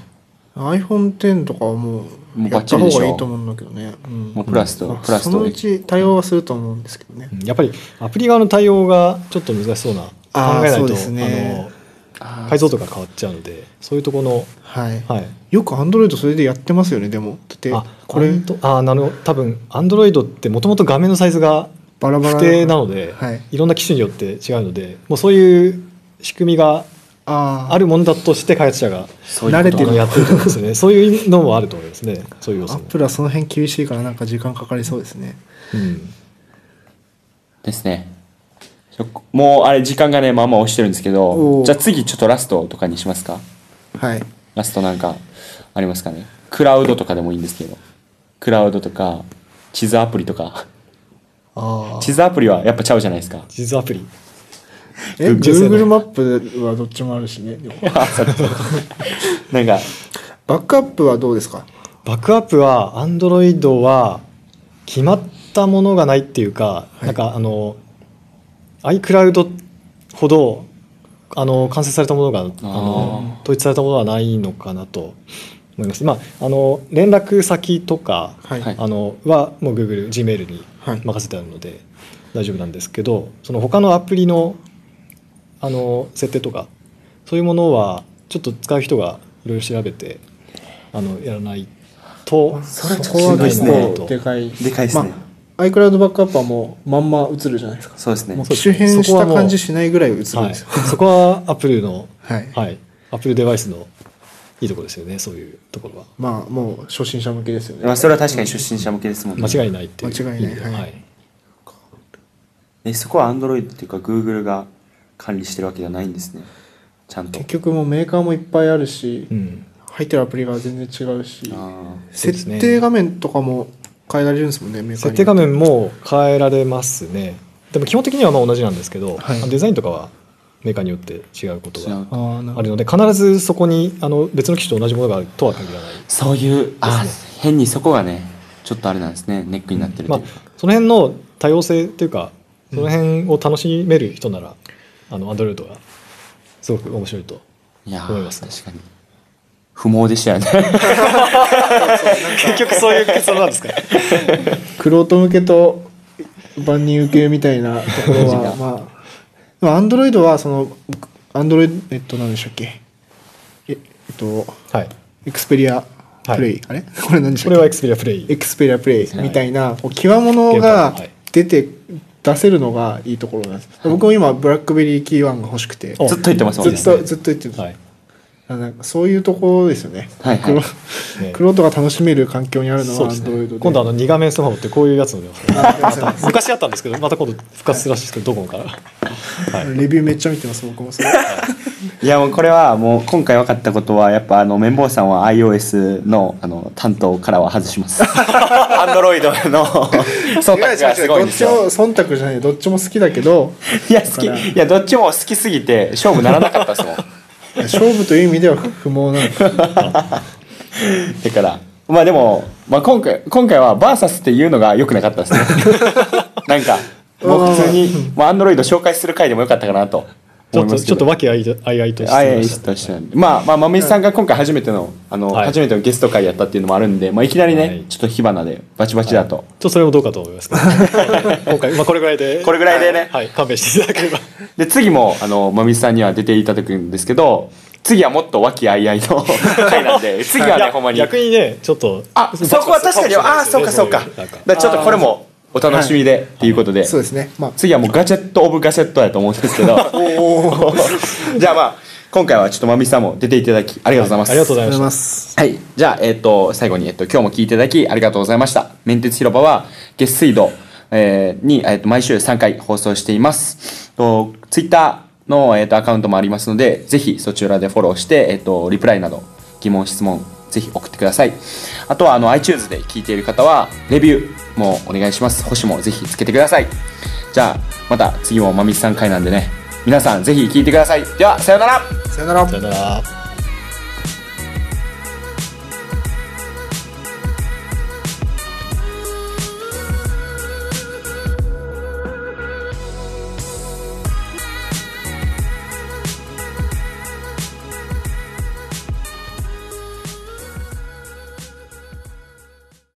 [SPEAKER 2] iPhone10 とかはもう
[SPEAKER 1] もう
[SPEAKER 2] や
[SPEAKER 1] バッ
[SPEAKER 2] った
[SPEAKER 1] チリ
[SPEAKER 2] 方
[SPEAKER 1] でしょ
[SPEAKER 2] がいいと思うんだけどね、うん
[SPEAKER 1] もうプラスと、
[SPEAKER 2] まあ
[SPEAKER 1] プラス
[SPEAKER 2] その
[SPEAKER 1] と
[SPEAKER 2] うち対応はすると思うんですけどね
[SPEAKER 3] う、んやっぱりアプリ側の対応がちょっと難しそうな考え
[SPEAKER 2] あー
[SPEAKER 3] ないと
[SPEAKER 2] そうですね
[SPEAKER 1] あ
[SPEAKER 3] の
[SPEAKER 1] ー
[SPEAKER 3] 解像度が変わっちゃうのでそういうところ
[SPEAKER 2] はい、
[SPEAKER 3] の、はい、
[SPEAKER 2] よく Android それでやってますよねでもだって
[SPEAKER 3] あ
[SPEAKER 2] これ
[SPEAKER 3] とあなるほど多分アンドロイドってもともと画面のサイズが
[SPEAKER 2] バラバラ
[SPEAKER 3] 不定なので、
[SPEAKER 2] はい
[SPEAKER 3] い、ろんな機種によって違うのでもうそういう仕組みが
[SPEAKER 2] あ
[SPEAKER 3] あるものだとして開発者が
[SPEAKER 1] そういうこと
[SPEAKER 2] 慣れてる
[SPEAKER 3] あのやってると思うんですよねそういうのもあると思いますねそうい
[SPEAKER 2] ア
[SPEAKER 3] う要素
[SPEAKER 2] ッ
[SPEAKER 3] も
[SPEAKER 2] プ、ルはその辺厳しいからなんか時間かかりそうですね
[SPEAKER 3] うん、
[SPEAKER 1] ですねちょもうあれ時間がねまあまあ押してるんですけ
[SPEAKER 2] お
[SPEAKER 1] ど
[SPEAKER 2] ー
[SPEAKER 1] じゃあ次ちょっとラストとかにしますか
[SPEAKER 2] はい
[SPEAKER 1] ラストなんかありますかねクラウドとかでもいいんですけどクラウドとか地図アプリとか
[SPEAKER 2] あ
[SPEAKER 1] 地図アプリはやっぱちゃうじゃない ですか
[SPEAKER 3] 地図アプリ
[SPEAKER 2] え
[SPEAKER 3] Google 製の
[SPEAKER 2] Google マップはどっちもあるし ねでも
[SPEAKER 1] なんか
[SPEAKER 2] バックアップはどうですか
[SPEAKER 3] バックアップはアンドロイドは決まったものがないっていうか、
[SPEAKER 2] い
[SPEAKER 3] なんかあの iCloud ほどあの完成されたものがあの統一されたものはないのかなと思います。まあ、あの連絡先とか、
[SPEAKER 2] はい
[SPEAKER 1] はい
[SPEAKER 3] あのはもう Google、Gmail に
[SPEAKER 2] はい
[SPEAKER 3] 任せてあるので大丈夫なんですけど、その他のアプリのあの設定とかそういうものはちょっと使う人がいろいろ調べてあのやらないと
[SPEAKER 1] それはちょっと
[SPEAKER 2] ここは結
[SPEAKER 1] しんどいです
[SPEAKER 2] 構
[SPEAKER 1] ね
[SPEAKER 2] でかい
[SPEAKER 1] でかいですね、
[SPEAKER 2] まあ、iCloud バックアップはもうまんま映るじゃないですか
[SPEAKER 1] そうですね
[SPEAKER 2] もう機種変した感じしないぐらい映るんですよ
[SPEAKER 3] はい、そこは Apple の、
[SPEAKER 2] はい
[SPEAKER 3] はい、Apple デバイスのいいところですよねそういうところは
[SPEAKER 2] まあもう初心者向けですよね、
[SPEAKER 1] まあ、それは確かに出身者向けですもんね
[SPEAKER 3] 間違いないっていう
[SPEAKER 2] 間違いない
[SPEAKER 3] 意味で
[SPEAKER 2] はい
[SPEAKER 3] はい
[SPEAKER 1] えそこは Android っていうか Google が管理してるわけじゃないんですねちゃんと
[SPEAKER 2] 結局もうメーカーもいっぱいあるし、
[SPEAKER 3] うん、
[SPEAKER 2] 入ってるアプリが全然違うし
[SPEAKER 1] あ
[SPEAKER 3] そうです
[SPEAKER 2] 設
[SPEAKER 3] ね
[SPEAKER 2] 定画面とかも変えられるんですもんねメーカー
[SPEAKER 3] 設
[SPEAKER 2] に
[SPEAKER 3] 定画面も変えられますねでも基本的にはまあ同じなんですけど、
[SPEAKER 2] はい
[SPEAKER 3] デザインとかはメーカーによって違うこと
[SPEAKER 1] ー違
[SPEAKER 3] が
[SPEAKER 1] う
[SPEAKER 2] ああなる
[SPEAKER 3] あ
[SPEAKER 2] ほ
[SPEAKER 3] る
[SPEAKER 2] ど
[SPEAKER 3] ので必ずそこにあの別の機種と同じものがあるとは限らない、
[SPEAKER 1] そういうあ
[SPEAKER 3] で
[SPEAKER 1] ー変にそこがねちょっとあれなんですねネックになってる
[SPEAKER 3] ま
[SPEAKER 1] と
[SPEAKER 3] あ
[SPEAKER 1] いうか、、
[SPEAKER 3] その辺の多様性というかその辺を楽しめる人なら、あのアンドロイドがすごく面白いと
[SPEAKER 1] いやー
[SPEAKER 3] 思いますね
[SPEAKER 1] 確かに不毛でしたよね
[SPEAKER 3] 結局そういう結論なんですか
[SPEAKER 2] クロート向けと万人受けみたいなところ
[SPEAKER 1] マ
[SPEAKER 2] は
[SPEAKER 1] ジ
[SPEAKER 2] まあでもアンドロイドはそのアンドロイドえっと何でしたっけええっと
[SPEAKER 3] はい
[SPEAKER 2] エクスペリアプレイ、
[SPEAKER 3] はい
[SPEAKER 2] あれ これ何でし
[SPEAKER 3] こ
[SPEAKER 2] たっけ
[SPEAKER 3] れはエクスペリアプレイ
[SPEAKER 2] エクスペリアプレイみたいな、こう際物が出て出せるのがいいところなんです、僕も今ブラックベリーキーワンが欲しくてず
[SPEAKER 3] お
[SPEAKER 1] ずっと言ってますもんね
[SPEAKER 2] っとずっと言ってる、
[SPEAKER 3] はい
[SPEAKER 2] なんかそういうところですよね、
[SPEAKER 1] はいはい
[SPEAKER 2] 黒
[SPEAKER 3] ね
[SPEAKER 2] 黒とが楽しめる環境にあるの
[SPEAKER 3] そ
[SPEAKER 2] は
[SPEAKER 3] う
[SPEAKER 2] ア
[SPEAKER 3] です
[SPEAKER 2] ンドロイ
[SPEAKER 3] ね
[SPEAKER 2] ドで
[SPEAKER 3] 今度あの2画面スマホってこういうやつ の
[SPEAKER 2] あすいません
[SPEAKER 3] 昔あったんですけどまた今度復活するらしいですけどドコ モからはい
[SPEAKER 2] レビューめっちゃ見てます僕もそれ
[SPEAKER 1] いやもうこれはもう今回分かったことはやっぱあの綿棒さんは iOS のあの担当からは外します Android の忖度がすごいん
[SPEAKER 2] どっ
[SPEAKER 1] です
[SPEAKER 2] ち
[SPEAKER 1] よ
[SPEAKER 2] も忖度じゃないどっちも好きだけど
[SPEAKER 1] いや好きいやどっちも好きすぎて勝負ならなかったですもん
[SPEAKER 2] 勝負という意味では不毛なの
[SPEAKER 1] だからまあでも、まあ、今回今回はバーサスっていうのが良くなかったです ねなんかもう普通にまあ Android 紹介する回でもよかったかなと
[SPEAKER 3] ち
[SPEAKER 1] 思
[SPEAKER 3] ょ
[SPEAKER 1] いま
[SPEAKER 3] っと
[SPEAKER 1] す
[SPEAKER 3] ちょっと和気あいあいあいと
[SPEAKER 1] あ
[SPEAKER 3] して
[SPEAKER 1] え
[SPEAKER 3] ま
[SPEAKER 1] え
[SPEAKER 3] した
[SPEAKER 1] としてなんでまあまあまみさんが今回初めてのあの、
[SPEAKER 3] はい
[SPEAKER 1] 初めてのゲスト会やったっていうのもあるんで、まあ、いきなりね、
[SPEAKER 3] はい
[SPEAKER 1] ちょっと火花でバチバチだと、
[SPEAKER 3] ちょっとそれもどうかと思 いますけど、はい今回、まあ、これぐらいで
[SPEAKER 1] これぐらいでね
[SPEAKER 3] はい、勘弁していただければ
[SPEAKER 1] で次もあのまみさんには出ていただくんですけど次はもっと和気あいあいの 回なん で次はねほんま
[SPEAKER 3] い
[SPEAKER 1] に
[SPEAKER 3] や逆にねちょっと
[SPEAKER 1] あそこは確かにああそうかそうか
[SPEAKER 3] い
[SPEAKER 1] だ
[SPEAKER 3] なん
[SPEAKER 1] からちょっとこれもお楽しみでっていうことで、
[SPEAKER 2] そうですねまあ
[SPEAKER 1] 次はもうガジェット・オブ・ガジェットやと思うんですけ ど じゃあまあ今回はちょっとまみさんも出ていただきありがとうございます、
[SPEAKER 3] ありがとうご
[SPEAKER 2] あり
[SPEAKER 3] ざい
[SPEAKER 2] がとうござい
[SPEAKER 3] ま
[SPEAKER 2] ま
[SPEAKER 3] した
[SPEAKER 2] す
[SPEAKER 1] はい。じゃあ、えっ、と、最後に、えっ、と、今日も聞いていただき、ありがとうございました。面鉄広場は、月水道、えーに、えっ、と、毎週3回放送しています。と、ツイッターの、えっ、と、アカウントもありますので、ぜひ、そちらでフォローして、えっ、と、リプライなど、疑問、質問、ぜひ送ってください。あとは、あの、iTunes で聞いている方は、レビューもお願いします。星もぜひつけてください。じゃあ、また次もまみさん会なんでね、皆さんぜひ聞いてください。では、さようなら
[SPEAKER 2] さよなら
[SPEAKER 3] さよなら